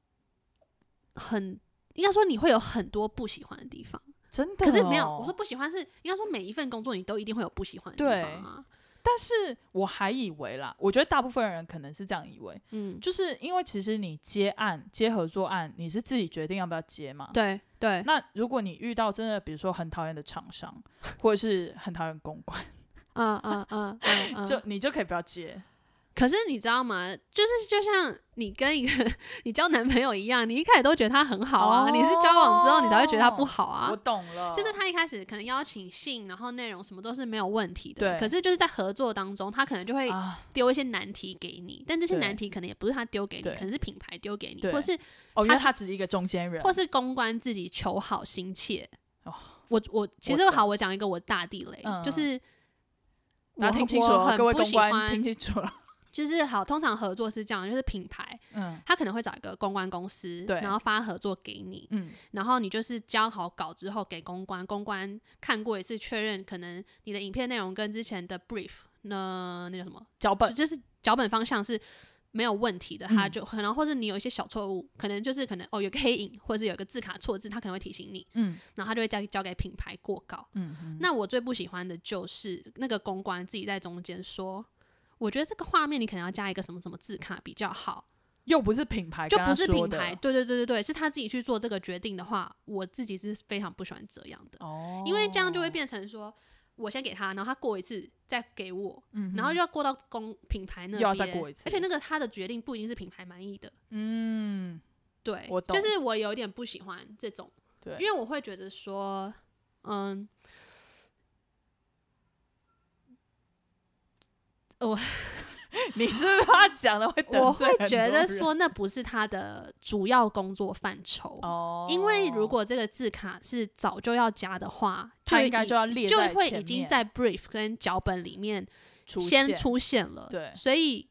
B: 很，应该说你会有很多不喜欢的地方，
A: 真的、哦。
B: 可是没有。我说，不喜欢是应该说每一份工作你都一定会有不喜欢的地
A: 对
B: 方啊。
A: 但是我还以为啦，我觉得大部分人可能是这样以为，
B: 嗯，
A: 就是因为其实你接案、接合作案，你是自己决定要不要接嘛。
B: 对对，
A: 那如果你遇到真的，比如说很讨厌的厂商，或者是很讨厌公关，
B: 嗯嗯嗯嗯
A: [laughs]
B: 嗯，
A: 就你就可以不要接。
B: 可是你知道吗？就是就像你跟一个 [laughs] 你交男朋友一样，你一开始都觉得他很好啊，
A: 哦
B: 你是交往之后你才会觉得他不好
A: 我
B: 啊。
A: 懂了，
B: 就是他一开始可能邀请信，然后内容什么都是没有问题的，
A: 对
B: 可是就是在合作当中，他可能就会
A: 啊，
B: 丢一些难题给你，但这些
A: 对
B: 难题可能也不是他丢给你，
A: 对
B: 可能是品牌丢给你，
A: 对
B: 或是
A: 哦，
B: 他
A: 因为他只是一个中间人，
B: 或是公关自己求好心切。
A: 哦
B: 我我其
A: 我
B: 实
A: 懂
B: 好，我讲一个我大地雷，
A: 嗯嗯
B: 就是我
A: 大家听清楚
B: 我
A: 了，
B: 很
A: 各位
B: 不
A: 公
B: 喜
A: 关听
B: 欢，
A: 清楚了，
B: 就是好，通常合作是这样，就是品牌
A: 嗯
B: 他可能会找一个公关公司，
A: 对
B: 然后发合作给你，
A: 嗯，
B: 然后你就是交好稿之后给公关，公关看过一次确认，可能你的影片内容跟之前的 brief 那那叫什么，
A: 脚
B: 就
A: 本
B: 就是脚本方向是。没有问题的，他
A: 嗯
B: 就可能，或是你有一些小错误，可能就是可能哦，有个黑影，或者是有个字卡错字，他可能会提醒你，
A: 嗯
B: 然后他就会交交给品牌过稿。
A: 嗯嗯，
B: 那我最不喜欢的就是那个公关自己在中间说，我觉得这个画面你可能要加一个什么什么字卡比较好，
A: 又不是品牌
B: 就
A: 跟他
B: 不是
A: 说
B: 品
A: 的
B: 牌。对对对对对，是他自己去做这个决定的话，我自己是非常不喜欢这样的，
A: 哦，
B: 因为这样就会变成说我先给他，然后他过一次再给我，
A: 嗯哼，
B: 然后又要过到公品牌那
A: 又要再
B: 边
A: 过一次
B: 而且那个他的决定不一定是品牌满意的。
A: 嗯， [laughs]
B: 对，
A: 我懂
B: 就是我有点不喜欢这种，
A: 对
B: 因为我会觉得说，嗯，
A: [laughs] 你是不是怕讲了会得罪
B: 我会
A: 很
B: 觉
A: 多
B: 得
A: 人
B: 说那不是他的主要工作范畴，
A: 哦，
B: 因为如果这个字卡是早就要加的话，
A: 他
B: 就
A: 应该
B: 已
A: 就要列
B: 就
A: 在
B: 会
A: 前
B: 已经
A: 面
B: 在 brief 跟脚本里面
A: 出
B: 先
A: 现
B: 出现了，
A: 对
B: 所以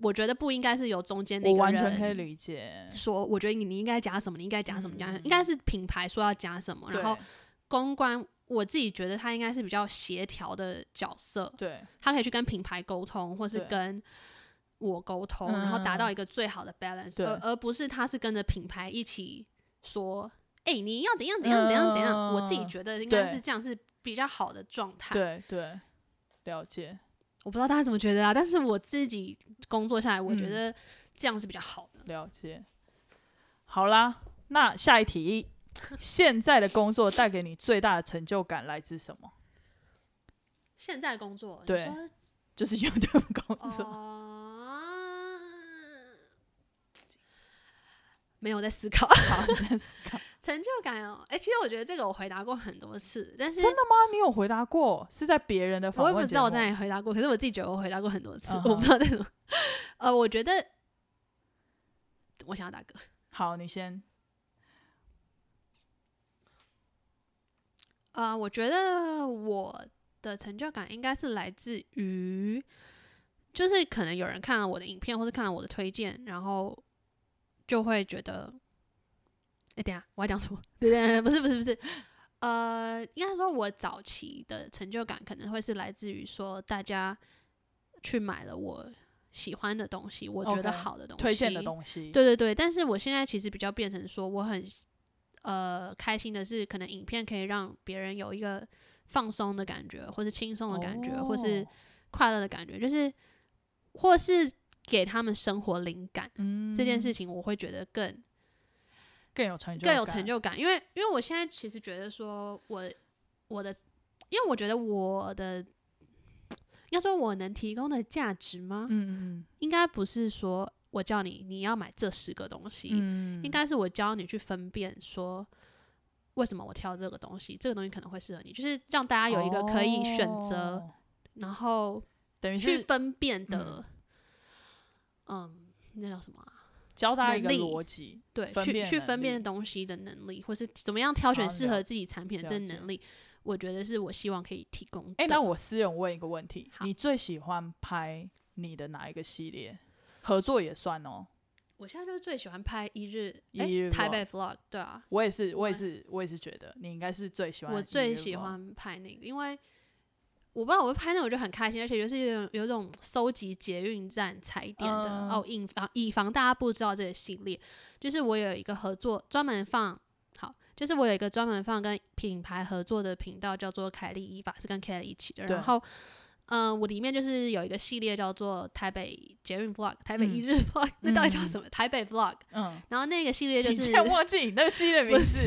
B: 我觉得不应该是由中间那
A: 我
B: 个
A: 完全可以
B: 人
A: 理解。
B: 说，我觉得你你应该加什么，你应该加什么，加什么
A: 嗯
B: 应该是品牌说要加什么，然后
A: 对
B: 公关。我自己觉得他应该是比较协调的角色，
A: 对，
B: 他可以去跟品牌沟通，或是
A: 对
B: 跟我沟通，然后达到
A: 嗯
B: 一个最好的 balance，
A: 对
B: 而而不是他是跟着品牌一起说，哎、你要怎样怎样怎样怎样。我自己
A: 嗯
B: 觉得应该
A: 对
B: 是这样是比较好的状态。
A: 对对，了解。
B: 我不知道大家怎么觉得啊，但是我自己工作下来，我觉
A: 嗯
B: 得这样是比较好的。
A: 了解。好啦，那下一题，现在的工作带给你最大的成就感来自什么？
B: 现在工作，你
A: 对
B: 说
A: 就是 [laughs] YouTube 工作。
B: 哦，没有在思考 [laughs]
A: 好，你在思考
B: 成就感哦。哎、其实我觉得这个我回答过很多次，但是
A: 真的吗？你有回答过？是在别人的访
B: 我
A: 问
B: 也不知道我在哪
A: 里。
B: 里回答过，可是我自己觉得我回答过很多次
A: 嗯哼
B: 我不知道在什么。 [laughs] 呃，我觉得我想要打嗝，
A: 好，你先。
B: 啊、我觉得我的成就感应该是来自于，就是可能有人看了我的影片，或是看了我的推荐，然后就会觉得，哎、等一下我要讲什么？ [laughs] 对对对，不是不是不是，呃，应该说我早期的成就感可能会是来自于说大家去买了我喜欢的东西，我觉得
A: OK，
B: 好的东西，
A: 推荐的东西，
B: 对对对，但是我现在其实比较变成说，我很呃开心的是，可能影片可以让别人有一个放松的感觉，或是轻松的感觉，或是
A: 哦
B: 快乐的感觉，就是或是给他们生活灵感、
A: 嗯
B: 这件事情，我会觉得更
A: 更有成就，
B: 更有成。就感，因为因为我现在其实觉得说我我的，因为我觉得我的。要说我能提供的价值吗？
A: 嗯
B: 应该不是说我叫你你要买这十个东西，
A: 嗯嗯，
B: 应该是我教你去分辨说。为什么我挑这个东西？这个东西可能会适合你，就是让大
A: 嗯
B: 家有一个可以选择，
A: 哦
B: 然后
A: 等于
B: 去
A: 是
B: 分辨的，嗯，那叫什么啊、
A: 教大家一个
B: 能力
A: 逻辑，
B: 对，
A: 分
B: 去
A: 辨
B: 去
A: 能
B: 分
A: 力
B: 辨东西的能力，或是怎么样挑选
A: 好
B: 适
A: 了
B: 合自己产品的
A: 了
B: 这
A: 解
B: 能力，我觉得是我希望可以提供的。
A: 哎、那我私人问一个问题，
B: 好
A: 你最喜欢拍你的哪一个系列？合作也算哦。
B: 我现在就是最喜欢拍一日，
A: 一
B: 哎
A: 日
B: 台北 vlog，对啊，
A: 我也是，我也
B: 我
A: 是，我也是觉得你应该是最喜欢。
B: 我最喜。欢拍那个，因为我不知道我拍那个我就很开心，而且就是有种有种收集捷运站踩点的、
A: 嗯
B: 哦，以防以防大家不知道这个系列，就是我有一个合作专门放好，就是我有一个专门放跟品牌合作的频道叫做凯莉伊法，是跟凯莉一起的，
A: 对
B: 然后。嗯、我里面就是有一个系列叫做台北捷运 vlog、台北
A: 嗯
B: 一日 vlog，、那到底叫什么？台北 vlog。
A: 嗯，
B: 然后那个系列就
A: 你
B: 是
A: 竟，然忘记你那个系列名
B: 不
A: 字，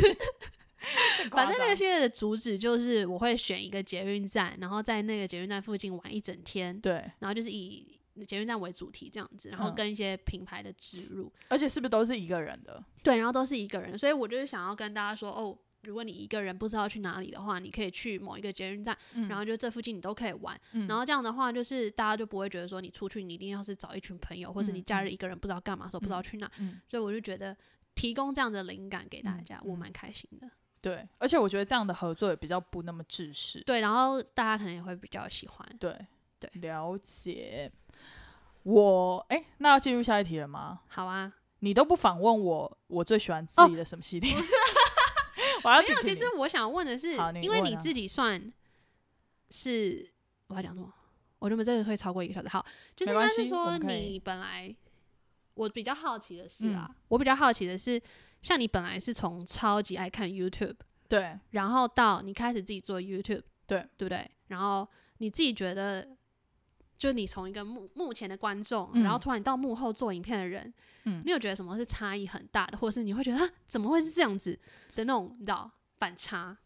A: 太夸
B: [laughs] 反正那
A: 张
B: 个系列的主旨就是我会选一个捷运站，然后在那个捷运站附近玩一整天，
A: 对，
B: 然后就是以捷运站为主题这样子，然后
A: 嗯
B: 跟一些品牌的植入。
A: 而且是不是都是一个人的？
B: 对，然后都是一个人，所以我就是想要跟大家说，哦，如果你一个人不知道去哪里的话，你可以去某一个捷运站，
A: 嗯
B: 然后就这附近你都可以玩，
A: 嗯
B: 然后这样的话，就是大家就不会觉得说你出去你一定要是找一群朋友，或是
A: 嗯
B: 你假
A: 嗯
B: 日一个人不知道干嘛，说不知道去哪，
A: 嗯
B: 所以我就觉得提供这样的灵感给大
A: 嗯
B: 家，我
A: 嗯
B: 蛮开心的。
A: 对，而且我觉得这样的合作也比较不那么制式。
B: 对，然后大家可能也会比较喜欢。
A: 对
B: 对
A: 了解。我哎、那要进入下一题了吗？
B: 好啊，
A: 你都不反问我，我最喜欢自己的什么系列？ [laughs] 我要
B: 哦没
A: 听
B: 有，
A: 听你
B: 其实我想问的是
A: 好，你
B: 因为
A: 问
B: 你
A: 啊
B: 自己算是我要讲什么？我认为这个会超过一个小时。好，就是
A: 没
B: 应该
A: 关
B: 是
A: 系我
B: 说
A: 们可以嗯
B: 你本来，我比较好奇的是啊，我比较好奇的是，像你本来是从超级爱看 YouTube，
A: 对
B: 然后到你开始自己做 YouTube，
A: 对
B: 对不对？然后你自己觉得，就你从一个幕幕前的观众，
A: 嗯
B: 然后突然到幕后做影片的人，
A: 嗯
B: 你有觉得什么是差异很大的，或者是你会觉得啊，怎么会是这样子的那种，你知道反差？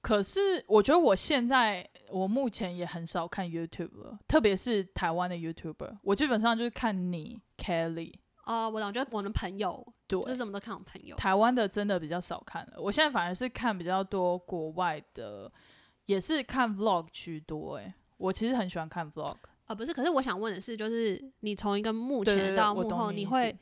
A: 可是我觉得我现在我目前也很少看 YouTube 了，特别是台湾的 YouTuber，我基本上就是看你 Kelly，
B: 哦、我懂，就是我们朋友，
A: 对，
B: 就是什么都看我们朋友，
A: 台湾的真的比较少看了，我现在反而是看比较多国外的，也是看 Vlog 居多、欸。我其实很喜欢看 Vlog，
B: 呃，不是，可是我想问的是，就是你从一个幕
A: 对对
B: 前
A: 对
B: 到
A: 我
B: 幕
A: 懂
B: 后，
A: 你
B: 你
A: 意
B: 会
A: 思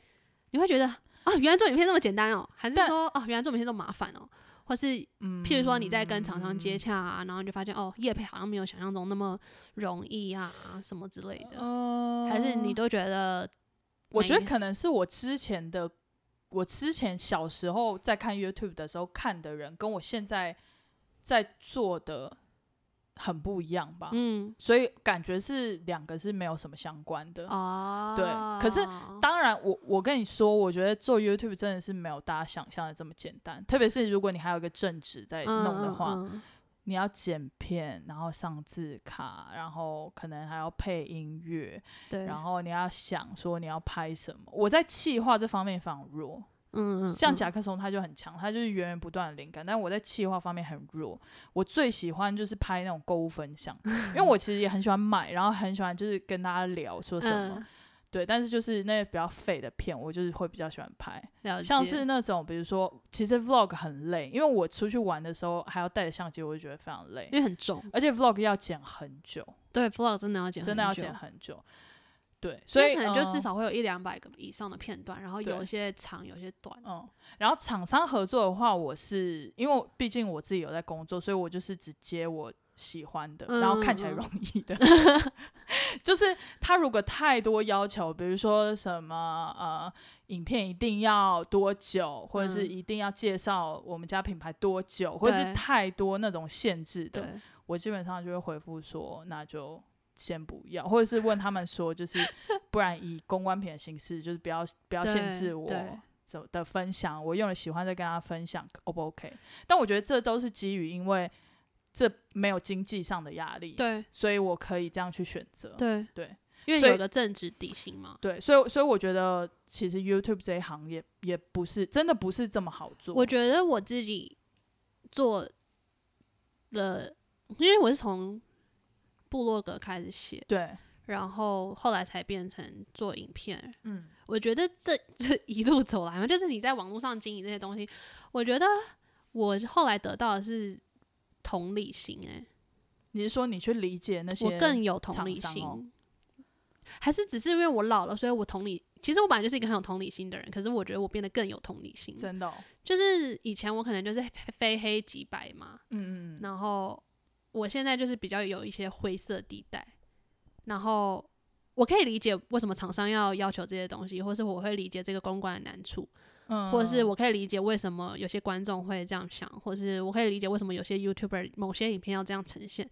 B: 你会觉得啊，原来做影片这么简单哦，还是
A: 但
B: 说哦，原来做影片这么麻烦哦，或是
A: 嗯
B: 譬如说你在跟厂商接洽啊，然后你就发现哦，业配好像没有想象中那么容易啊，什么之类的，
A: 呃
B: 还是你都觉得
A: 我觉得
B: 没
A: 可能是我之前的，我之前小时候在看 YouTube 的时候看的人，跟我现在在做的很不一样吧，
B: 嗯
A: 所以感觉是两个是没有什么相关的。
B: 哦，
A: 可是当然我，我跟你说，我觉得做 YouTube 真的是没有大家想象的这么简单，特别是如果你还有一个正职在
B: 嗯
A: 弄的话，
B: 嗯嗯
A: 你要剪片，然后上字卡，然后可能还要配音乐，
B: 对，
A: 然后你要想说你要拍什么。我在企划这方面非常弱，
B: 嗯嗯
A: 像
B: 嗯
A: 甲壳虫他就很强，他就是源源不断的灵感，但我在企划方面很弱。我最喜欢就是拍那种购物分
B: [laughs]
A: 享，因为我其实也很喜欢买，然后很喜欢就是跟大家聊说什么。
B: 嗯
A: 对，但是就是那些比较废的片，我就是会比较喜欢拍，
B: 了
A: 像
B: 解
A: 是那种比如说，其实 vlog 很累，因为我出去玩的时候还要带着相机，我就觉得非常累
B: 因，为很重，
A: 而且 vlog 要剪很久，
B: 对 vlog 真的要剪，
A: 真的要
B: 久
A: 剪。很久。对，
B: 因
A: 所
B: 为
A: 以
B: 可能就
A: 嗯
B: 至少会有一两百个以上的片段，然后有
A: 对
B: 些长，有些短。
A: 嗯，然后厂商合作的话，我是因为我毕竟我自己有在工作，所以我就是只接我喜欢的，然后看起来
B: 嗯嗯嗯嗯
A: 容易的。 [laughs] 就是他如果太多要求，比如说什么呃，影片一定要多久，或者是
B: 嗯
A: 一定要介绍我们家品牌多久，或者
B: 对
A: 是太多那种限制的，
B: 对，
A: 我基本上就会回复说，那就先不要，或者是问他们说，
B: [laughs]
A: 就是不然以公关品的形式，就是不要不要限
B: 对
A: 制我
B: 对
A: 走的分享，我用了喜欢再跟大家分享，O 不 OK？但我觉得这都是基于因为这没有经济上的压力，
B: 对
A: 所以我可以这样去选择，
B: 对
A: 对，
B: 因为
A: 所以
B: 有个正值底薪嘛。
A: 对，所以所以我觉得其实 YouTube 这一行也也不是真的不是这么好做，
B: 我觉得我自己做的，因为我是从部落格开始写，
A: 对，
B: 然后后来才变成做影片。
A: 嗯，
B: 我觉得这这一路走来嘛，就是你在网络上经营这些东西，我觉得我后来得到的是同理心、欸，
A: 你是说你去理解那些，
B: 我更有同
A: 厂
B: 理
A: 商
B: 心，
A: 哦
B: 还是只是因为我老了，所以我同理。其实我本来就是一个很有同理心的人，可是我觉得我变得更有同理心。
A: 真的哦、
B: 就是以前我可能就是非黑即白嘛，
A: 嗯嗯嗯，
B: 然后我现在就是比较有一些灰色地带，然后我可以理解为什么厂商要要求这些东西，或是我会理解这个公关的难处，
A: 嗯，
B: 或者是
A: 嗯
B: 我可以理解为什么有些观众会这样想，或是我可以理解为什么有些 YouTuber 某些影片要这样呈现。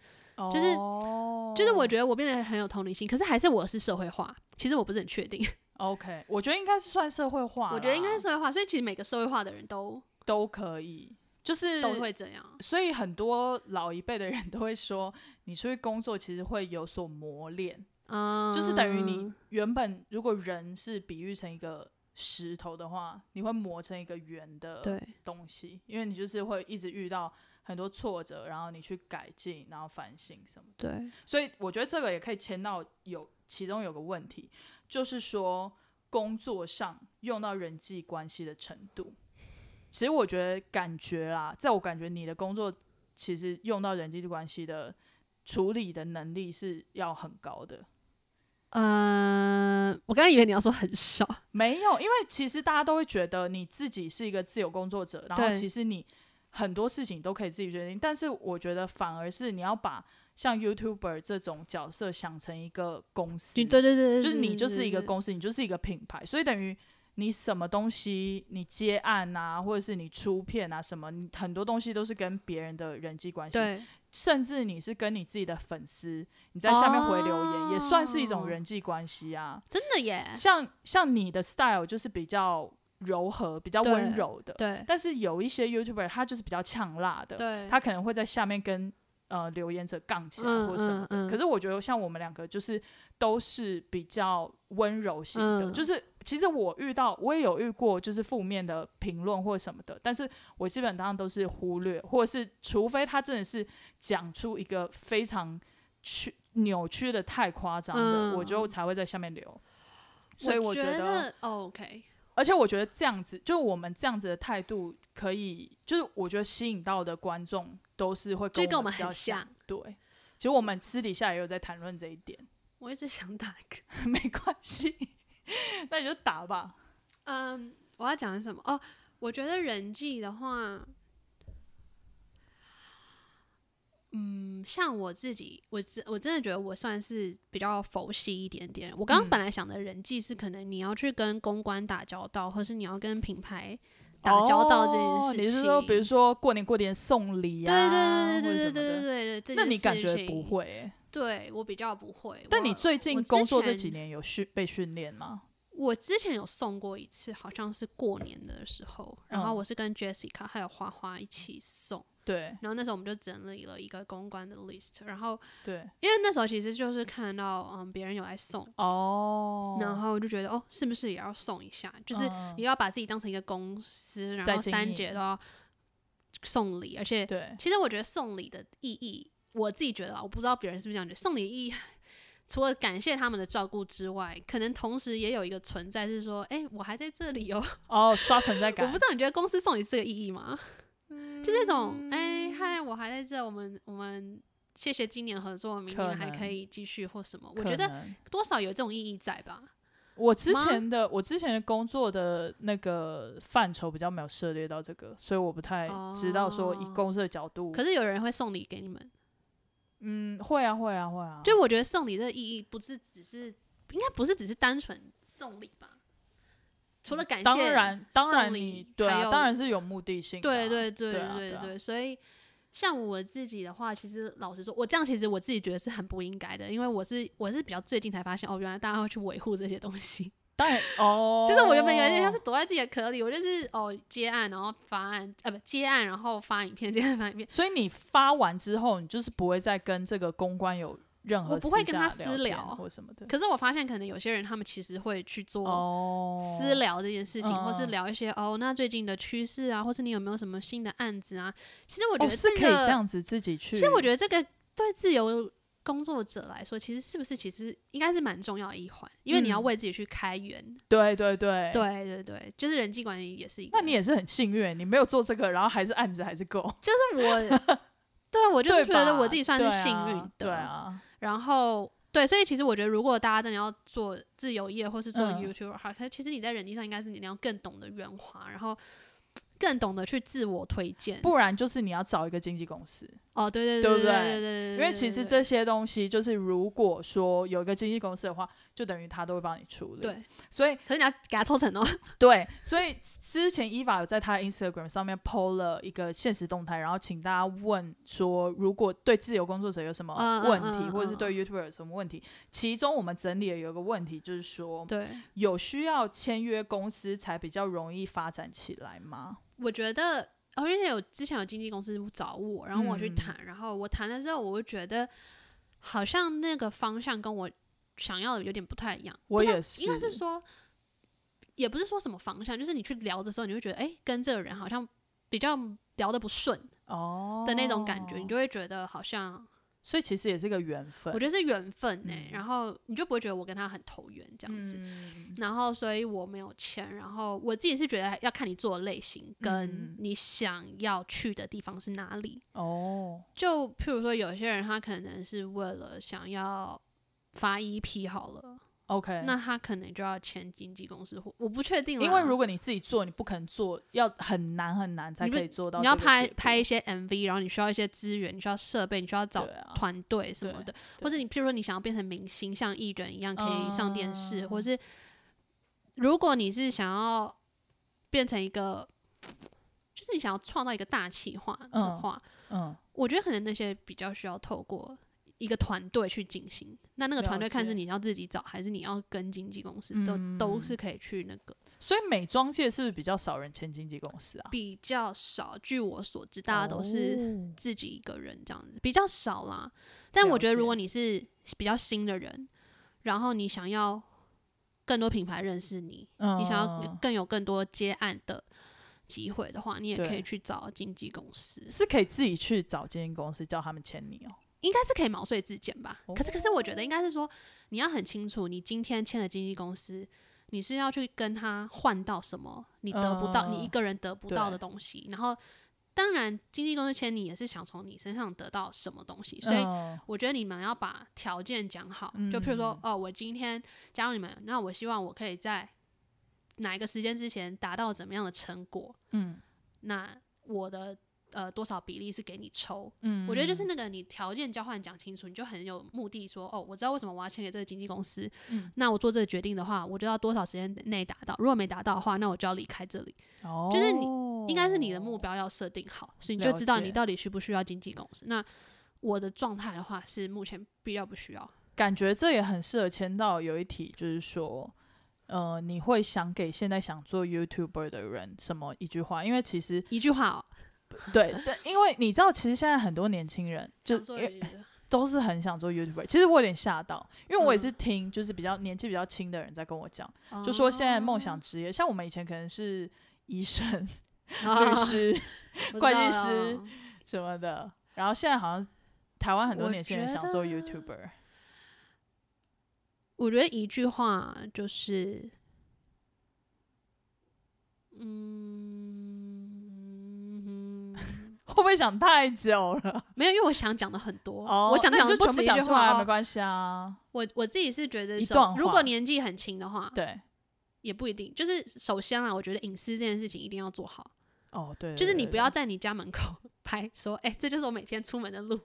B: 就是
A: 哦
B: 就是我觉得我变得很有同理心，可是还是我是社会化，其实我不是很确定，
A: OK，我觉得应该是算社会化啦，
B: 我觉得应该是社会化，所以其实每个社会化的人都
A: 都可以，就是
B: 都会这样。
A: 所以很多老一辈的人都会说，你出去工作其实会有所磨练，
B: 嗯，
A: 就是等于你原本如果人是比喻成一个石头的话，你会磨成一个圆的
B: 嗯对
A: 东西，因为你就是会一直遇到很多挫折，然后你去改进，然后反省什么的。
B: 对，
A: 所以我觉得这个也可以牵到有其中有个问题，就是说工作上用到人际关系的程度。其实我觉得感觉啦，在我感觉你的工作其实用到人际关系的处理的能力是要很高的。
B: 呃，我刚才以为你要说很少，
A: 没有，因为其实大家都会觉得你自己是一个自由工作者，然后
B: 对
A: 其实你很多事情都可以自己决定。但是我觉得反而是你要把像 YouTuber 这种角色想成一个公司，
B: 对对对对，
A: 就是你
B: 对
A: 就是一个，
B: 对
A: 公司，你就是一个品牌，所以等于你什么东西，你接案啊，或者是你出片啊，什么，你很多东西都是跟别人的人际关系，
B: 对对
A: 甚至你是跟你自己的粉丝，你在下面回留言，也算是一种
B: 哦哎
A: 人际关系啊。
B: 真的耶，
A: 像像你的 style 就是比较柔和、比较温
B: 对
A: 柔的，
B: 对
A: 但是有一些 YouTuber 他就是比较呛辣的，
B: 对，
A: 他可能会在下面跟呃留言者杠起来
B: 嗯
A: 或什么的。
B: 嗯嗯
A: 可是我觉得像我们两个就是都是比较温柔型的，
B: 嗯
A: 就是其实我遇到我也有遇过就是负面的评论或什么的，但是我基本上都是忽略，或者是除非他真的是讲出一个非常曲扭曲的太夸张的，
B: 嗯
A: 我就才会在下面留。所以我
B: 觉
A: 觉得
B: 得哦 OK，
A: 而且我觉得这样子，就是我们这样子的态度，可以就是我觉得吸引到的观众都是会
B: 就
A: 跟
B: 跟
A: 我
B: 我们
A: 比较
B: 很
A: 像。
B: 像。
A: 对，其实我们私底下也有在谈论这一点， [laughs]
B: 我一直想打嗝。
A: 没关系，那你就打吧。
B: 嗯，我要讲的是什么？哦，我觉得人际的话，嗯，像我自己，我真我真的觉得我算是比较佛系一点点。我刚刚
A: 嗯
B: 本来想的人际是可能你要去跟公关打交道，或是你要跟品牌打交道这件
A: 哦
B: 事情。
A: 你是说比如说过年过年送礼啊，
B: 对对
A: 或者
B: 对对对
A: 什么的？
B: 对对对对对，
A: 那
B: 这件
A: 你感觉
B: 事
A: 不
B: 情？
A: 会欸？
B: 对我比较不会。
A: 但
B: 我
A: 你最近
B: 我之
A: 工作这几
B: 前
A: 年有训被训练吗？
B: 我之前有送过一次，好像是过年的时候，然后
A: 嗯
B: 我是跟 Jessica 还有花花一起送，
A: 对
B: 然后那时候我们就整理了一个公关的 list，然后
A: 对，
B: 因为那时候其实就是看到嗯别人有来送，
A: 哦，
B: 然后就觉得哦是不是也要送一下，就是
A: 嗯
B: 你要把自己当成一个公司，
A: 在
B: 然后
A: 经
B: 三
A: 营
B: 节都要送礼，而且
A: 对
B: 其实我觉得送礼的意义，我自己觉得啊，我不知道别人是不是这样觉得。送礼意义，除了感谢他们的照顾之外，可能同时也有一个存在是说，哎、我还在这里哦。
A: 哦，刷存在
B: 我
A: 感
B: 不知，道你觉得公司送礼是这个意义吗？就这种，
A: 嗯
B: 哎、嗨，我还在这，我们我们谢谢今年合作，明
A: 可
B: 年还可
A: 能
B: 以继续或什么。我
A: 可
B: 觉得
A: 能
B: 多少有这种意义在吧？
A: 我之
B: 吗
A: 前的我之前的工作的那个范畴比较没有涉猎到这个，所以我不太知道说以
B: 哦
A: 公司的角度，
B: 可是有人会送礼给你们，
A: 嗯，会啊会啊会啊，
B: 就我觉得送礼的意义不是只是，应该不是只是单纯送礼吧？除了感谢，
A: 当然当然
B: 送
A: 你
B: 礼
A: 对
B: 还
A: 啊，
B: 有
A: 当然是有目的性的啊、
B: 对对对
A: 对啊
B: 对
A: 对啊
B: 所以像我自己的话，其实老实说，我这样其实我自己觉得是很不应该的，因为我是我是比较最近才发现哦，原来大家会去维护这些东西。 [laughs]
A: 当然哦，
B: 就是我原本有点像是躲在自己的壳里，我就是哦接案，然后发案，呃不接案，然后发影片，接案发影
A: [laughs]
B: 片，
A: 所以你发完之后，你就是不会再跟这个公关有任何
B: 我不会
A: 私
B: 跟
A: 下
B: 他私
A: 天
B: 聊
A: 或什么的
B: 可是我发现可能有些人他们其实会去做
A: 哦，
B: 私聊这件事情，或是
A: 嗯
B: 聊一些哦，那最近的趋势啊，或是你有没有什么新的案子啊？其实我觉
A: 哦
B: 得、
A: 是
B: 这个
A: 可以这样子自己去，
B: 其实我觉得这个对自由工作者来说，其实是不是其实应该是蛮重要的一环，因为你要
A: 嗯
B: 为自己去开源。
A: 对对对。
B: 对对对，就是人际管理也是一个。
A: 那你也是很幸运，你没有做这个，然后还是案子还是够，
B: 就
A: [laughs]
B: 是我，对我就是觉得
A: 吧
B: 我自己算是
A: 对啊
B: 幸运的。
A: 对啊，
B: 然后对，所以其实我觉得，如果大家真的要做自由业或是做
A: 嗯
B: YouTuber 哈、可其实你在人际上应该是你要更懂得圆滑，然后更懂得去自我推荐。
A: 不然就是你要找一个经纪公司，
B: 哦，对对
A: 对不
B: 对
A: 对
B: 对对，
A: 因为其实这些东西就是如果说有一个经纪公司的话，就等于他都会帮你处理。
B: 对，，
A: 所以
B: 可是你要给他抽成哦。
A: 对，所以之前伊娃有在她的 Instagram 上面 PO 了一个现实动态，然后请大家问说，如果对自由工作者有什么
B: 嗯嗯
A: 问题，
B: 嗯
A: 或者是
B: 嗯
A: 对 YouTuber 有什么问题，其中我们整理了有一个问题，就是说
B: 对，
A: 有需要签约公司才比较容易发展起来吗？
B: 我觉得哦，因为有之前有经纪公司找我，然后我去
A: 嗯
B: 谈，然后我谈了之后，我会觉得好像那个方向跟我想要的有点不太一样。
A: 我
B: 不知道
A: 也是
B: 应该是说，也不是说什么方向，就是你去聊的时候，你会觉得，哎、跟这个人好像比较聊得不顺
A: 哦
B: 的那种感觉，你就会觉得好像，
A: 所以其实也是个缘分，
B: 我觉得是缘分呢、
A: 嗯
B: 然后你就不会觉得我跟他很投缘这样子。
A: 嗯
B: 然后，所以我没有签。然后我自己是觉得要看你做的类型，跟
A: 嗯
B: 你想要去的地方是哪里。
A: 哦，
B: 就譬如说，有些人他可能是为了想要发 EP 好了，
A: OK，
B: 那啊他可能就要签经纪公司，或我不确定啦。
A: 因为如果你自己做，你不可能做，要很难很难才
B: 你不
A: 可以做到
B: 你
A: 这
B: 要
A: 个结果。
B: 拍拍一些 MV，然后你需要一些资源，你需要设备，你需要找
A: 对啊
B: 团队什么
A: 对
B: 的，或者你譬如说你想要变成明星，像艺人一样可以上电视，
A: 哦
B: 或是如果你是想要变成一个，就是你想要创造一个大企划的
A: 嗯
B: 话，
A: 嗯，
B: 我觉得可能那些比较需要透过。一个团队去进行，那那个团
A: 了
B: 队看是
A: 解嗯
B: 你要自己找，还是你要跟经纪公司，都都是可以去那个
A: 所以美妆界是不是比较少人签经纪公司啊？
B: 比较少。据我所知，大家都是
A: 哦
B: 自己一个人这样子比较少啦。但我
A: 了
B: 觉得如
A: 解
B: 果你是比较新的人，然后你想要更多品牌认识你，你想要
A: 嗯
B: 更有更多接案的机会的话，你也可
A: 对
B: 以去找经纪公司，
A: 是可以自己去找经纪公司叫他们签你哦。
B: 应该是可以毛遂自荐吧。可是可是我觉得应该是说你要很清楚，你今天签的经纪公司。你是要去跟他换到什么？你得不到，你一
A: 嗯
B: 个人得不到的
A: 对
B: 东西。然后，当然，经纪公司签你也是想从你身上得到什么东西，所以
A: 嗯
B: 我觉得你们要把条件讲好，就譬如说，哦，我今天加入你们，那我希望我可以在哪一个时间之前达到怎么样的成果，
A: 嗯
B: 那我的呃多少比例是给你抽。
A: 嗯
B: 我觉得就是那个你条件交换讲清楚，你就很有目的说，哦，我知道为什么我要签给这个经纪公司，
A: 嗯
B: 那我做这个决定的话，我就要多少时间内达到，如果没达到的话，那我就要离开这里。就是你应该是你的目
A: 哦
B: 标要设定好，所以你
A: 了
B: 就知道你
A: 解
B: 到底需不需要经纪公司。那我的状态的话是目前比较不需要，
A: 感觉这也很适合签到有一题，就是说，呃，你会想给现在想做 YouTuber 的人什么一句话？因为其
B: [laughs]
A: 实
B: 一句话、哦，
A: 对，对，因为你知道，其实现在很多年轻人就
B: 想做
A: 因为
B: 也觉得
A: 都是很想做 YouTuber。其实我有点吓到，因为我也
B: 嗯
A: 是听就是比较年纪比较轻的人在跟我讲， [laughs] 就说现在梦
B: [laughs]
A: 想
B: 哦
A: 职业，像我们以前可能是医
B: [laughs]
A: 生、
B: 哦
A: 律师
B: 我
A: 会
B: 知
A: 计
B: 道
A: 师
B: 了
A: 什么的，然后现在好像台湾很多
B: 我
A: 年轻人
B: 觉
A: 想做
B: 得
A: YouTuber。
B: 我觉得一句话就是，嗯，
A: 会不会想太久了？
B: 没有，因为我想讲的很多，
A: 哦，
B: 我想
A: 那
B: 讲
A: 你
B: 的
A: 就
B: 不
A: 全
B: 止
A: 部
B: 一
A: 讲
B: 句
A: 出来
B: 话
A: 啊，没
B: 哦。
A: 关系啊。
B: 我我自己是觉得
A: 一
B: 首
A: 段
B: 如
A: 话
B: 果年纪很轻的话，
A: 对，
B: 也不一定。就是首先啊，我觉得隐私这件事情一定要做好，
A: 哦对，
B: 就是
A: 对
B: 你
A: 对
B: 不要
A: 对
B: 在你家门口 [laughs] 拍说，哎、这就是我每天出门的路。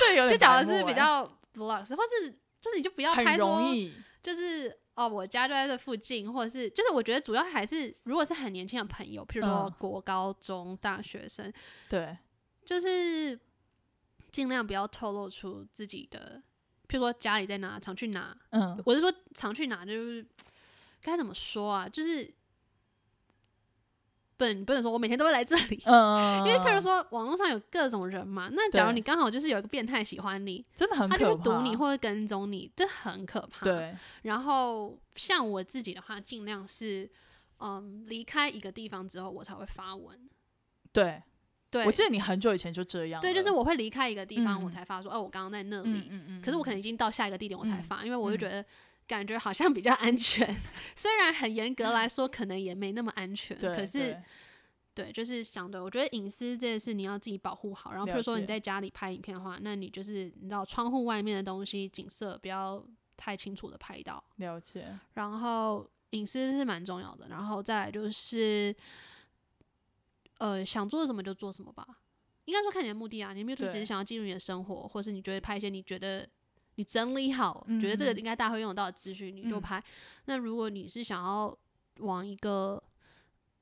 A: 这有
B: 就
A: 点
B: 讲
A: 白
B: 的是
A: 目
B: 比
A: 欸
B: 较 vlogs，或是就是你就不要
A: 很
B: 拍
A: 容
B: 说，
A: 易，
B: 就是哦，我家就在这附近，或者是就是我觉得主要还是如果是很年轻的朋友，譬如说
A: 嗯
B: 国高中大学生，
A: 对，
B: 就是尽量不要透露出自己的，譬如说家里在哪，常去哪。
A: 嗯，
B: 我是说常去哪，就是该怎么说啊？就是不能不能说我每天都会来这里。
A: 嗯，
B: 因为，譬如说，网络上有各种人嘛，那假如
A: 对
B: 你刚好就是有一个变态喜欢你，
A: 真的很
B: 啊他
A: 可
B: 就
A: 怕，
B: 会堵你或者跟踪你，这很可怕。。
A: 对，
B: 然后像我自己的话，尽量是嗯离开一个地方之后，我才会发文。
A: 对，
B: 对，
A: 我记得你很久以前就这样了，
B: 对，就是我会离开一个地方，
A: 嗯
B: 我才发说，哦，我刚刚在那
A: 嗯，嗯
B: 里。
A: 嗯嗯，
B: 可是我可
A: 嗯
B: 能已经到下一个地点，我才
A: 嗯
B: 发，因为我就
A: 嗯
B: 觉得感觉好像比较安全。 [laughs] 虽然很严格来说，可能也没那么安全，
A: 对，
B: 可是
A: 对
B: 对，就是相对，我觉得隐私这件事你要自己保护好。然后，比
A: 了
B: 如说你
A: 解
B: 在家里拍影片的话，那你就是你知道窗户外面的东西景色不要太清楚的拍到，
A: 了解，
B: 然后隐私是蛮重要的。然后再来就是，呃，想做什么就做什么吧。应该说看你的目的啊，你没有就只是
A: 对
B: 想要记录你的生活，或是你觉得拍一些你觉得你整理好，觉得这
A: 嗯
B: 个
A: 嗯
B: 应该大家会用得到的资讯，你就
A: 嗯
B: 拍。那如果你是想要往一个，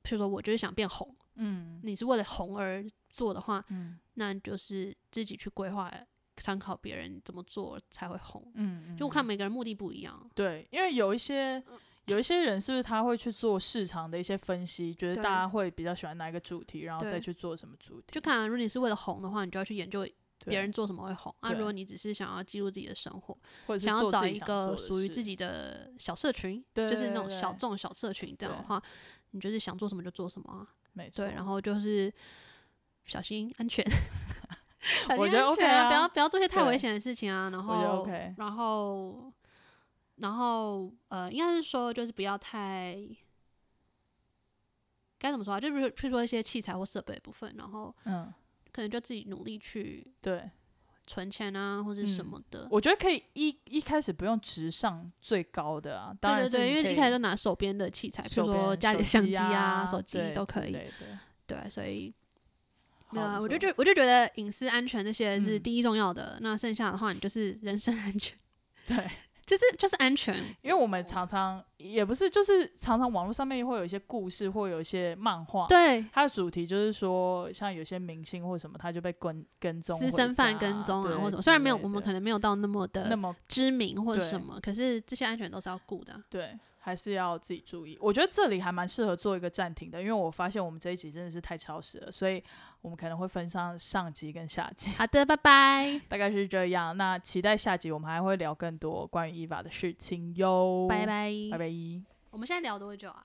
B: 譬如说我就是想变红，
A: 嗯
B: 你是为了红而做的话，
A: 嗯
B: 那就是自己去规划，参考别人怎么做才会红。
A: 嗯，
B: 就我看嗯
A: 嗯
B: 每个人目的不一样，
A: 对，因为有一些。有一些人是不是他会去做市场的一些分析，觉得
B: 对
A: 大家会比较喜欢哪一个主题，然后再
B: 对
A: 去做什么主题？
B: 就看啊、如果你是为了红的话，你就要去研究
A: 对
B: 别人做什么会红啊。
A: 对
B: 如果你只是想要记录自己的生活，
A: 或者是
B: 想要
A: 做自
B: 找
A: 己
B: 一
A: 想
B: 个
A: 做的
B: 属于
A: 事
B: 自己的小社群，
A: 对
B: 就是那
A: 对
B: 种
A: 对
B: 小众小社群这样的
A: 对
B: 话，你就是想做什么就做什么啊。
A: 没错，
B: 对，然后就是小心安全， [laughs] 小
A: 我觉
B: 心
A: 得
B: 安
A: OK
B: 全
A: 啊
B: 不要不要做些太
A: 对
B: 危险的事情啊。然
A: 我觉得
B: 后
A: OK
B: 然后然后呃，应该是说就是不要太该怎么说啊？就比如譬如说一些器材或设备的部分，然后
A: 嗯，
B: 可能就自己努力去
A: 对，
B: 存钱啊，或者什
A: 嗯
B: 么的。
A: 我觉得可以一一开始不用直上最高的啊，当
B: 对
A: 然
B: 对
A: 是
B: 对，
A: 你
B: 因为
A: 可
B: 一
A: 以
B: 开始就拿手边的器材，比
A: 手
B: 如说
A: 边
B: 家里的相机
A: 啊、
B: 手机
A: 对
B: 都
A: 之
B: 可以。
A: 类的。
B: 对，所以
A: 好
B: 那
A: 不
B: 啊我就
A: 错
B: 觉我就觉得隐私安全这些是
A: 嗯
B: 第一重要的，那剩下的话你就是人身安全， [laughs]
A: 对，
B: 就是就是安全。
A: 因为我们常常也不是，就是常常网络上面会有一些故事，或有一些漫画，
B: 对，
A: 它的主题就是说，像有些明星或什么，他就被跟跟踪
B: 私
A: 回
B: 生饭
A: 家
B: 跟踪啊
A: 对
B: 或什么，
A: 之
B: 虽然没有
A: 类
B: 我们
A: 的
B: 可能没有到那么
A: 那
B: 的
A: 么
B: 知名或者
A: 对
B: 什么，可是这些安全都是要顾
A: [laughs]
B: 的啊。
A: 对，还是要自己注意。我觉得这里还蛮适合做一个暂停的，因为我发现我们这一集真的是太超时了，所以我们可能会分上上集跟下集， [laughs]
B: 好的，拜拜，
A: 大概是这样。那期待下集我们还会聊更多关于伊娃的事情哟。拜，
B: 拜拜，
A: 哦拜。拜。
B: 我们现在聊多久啊？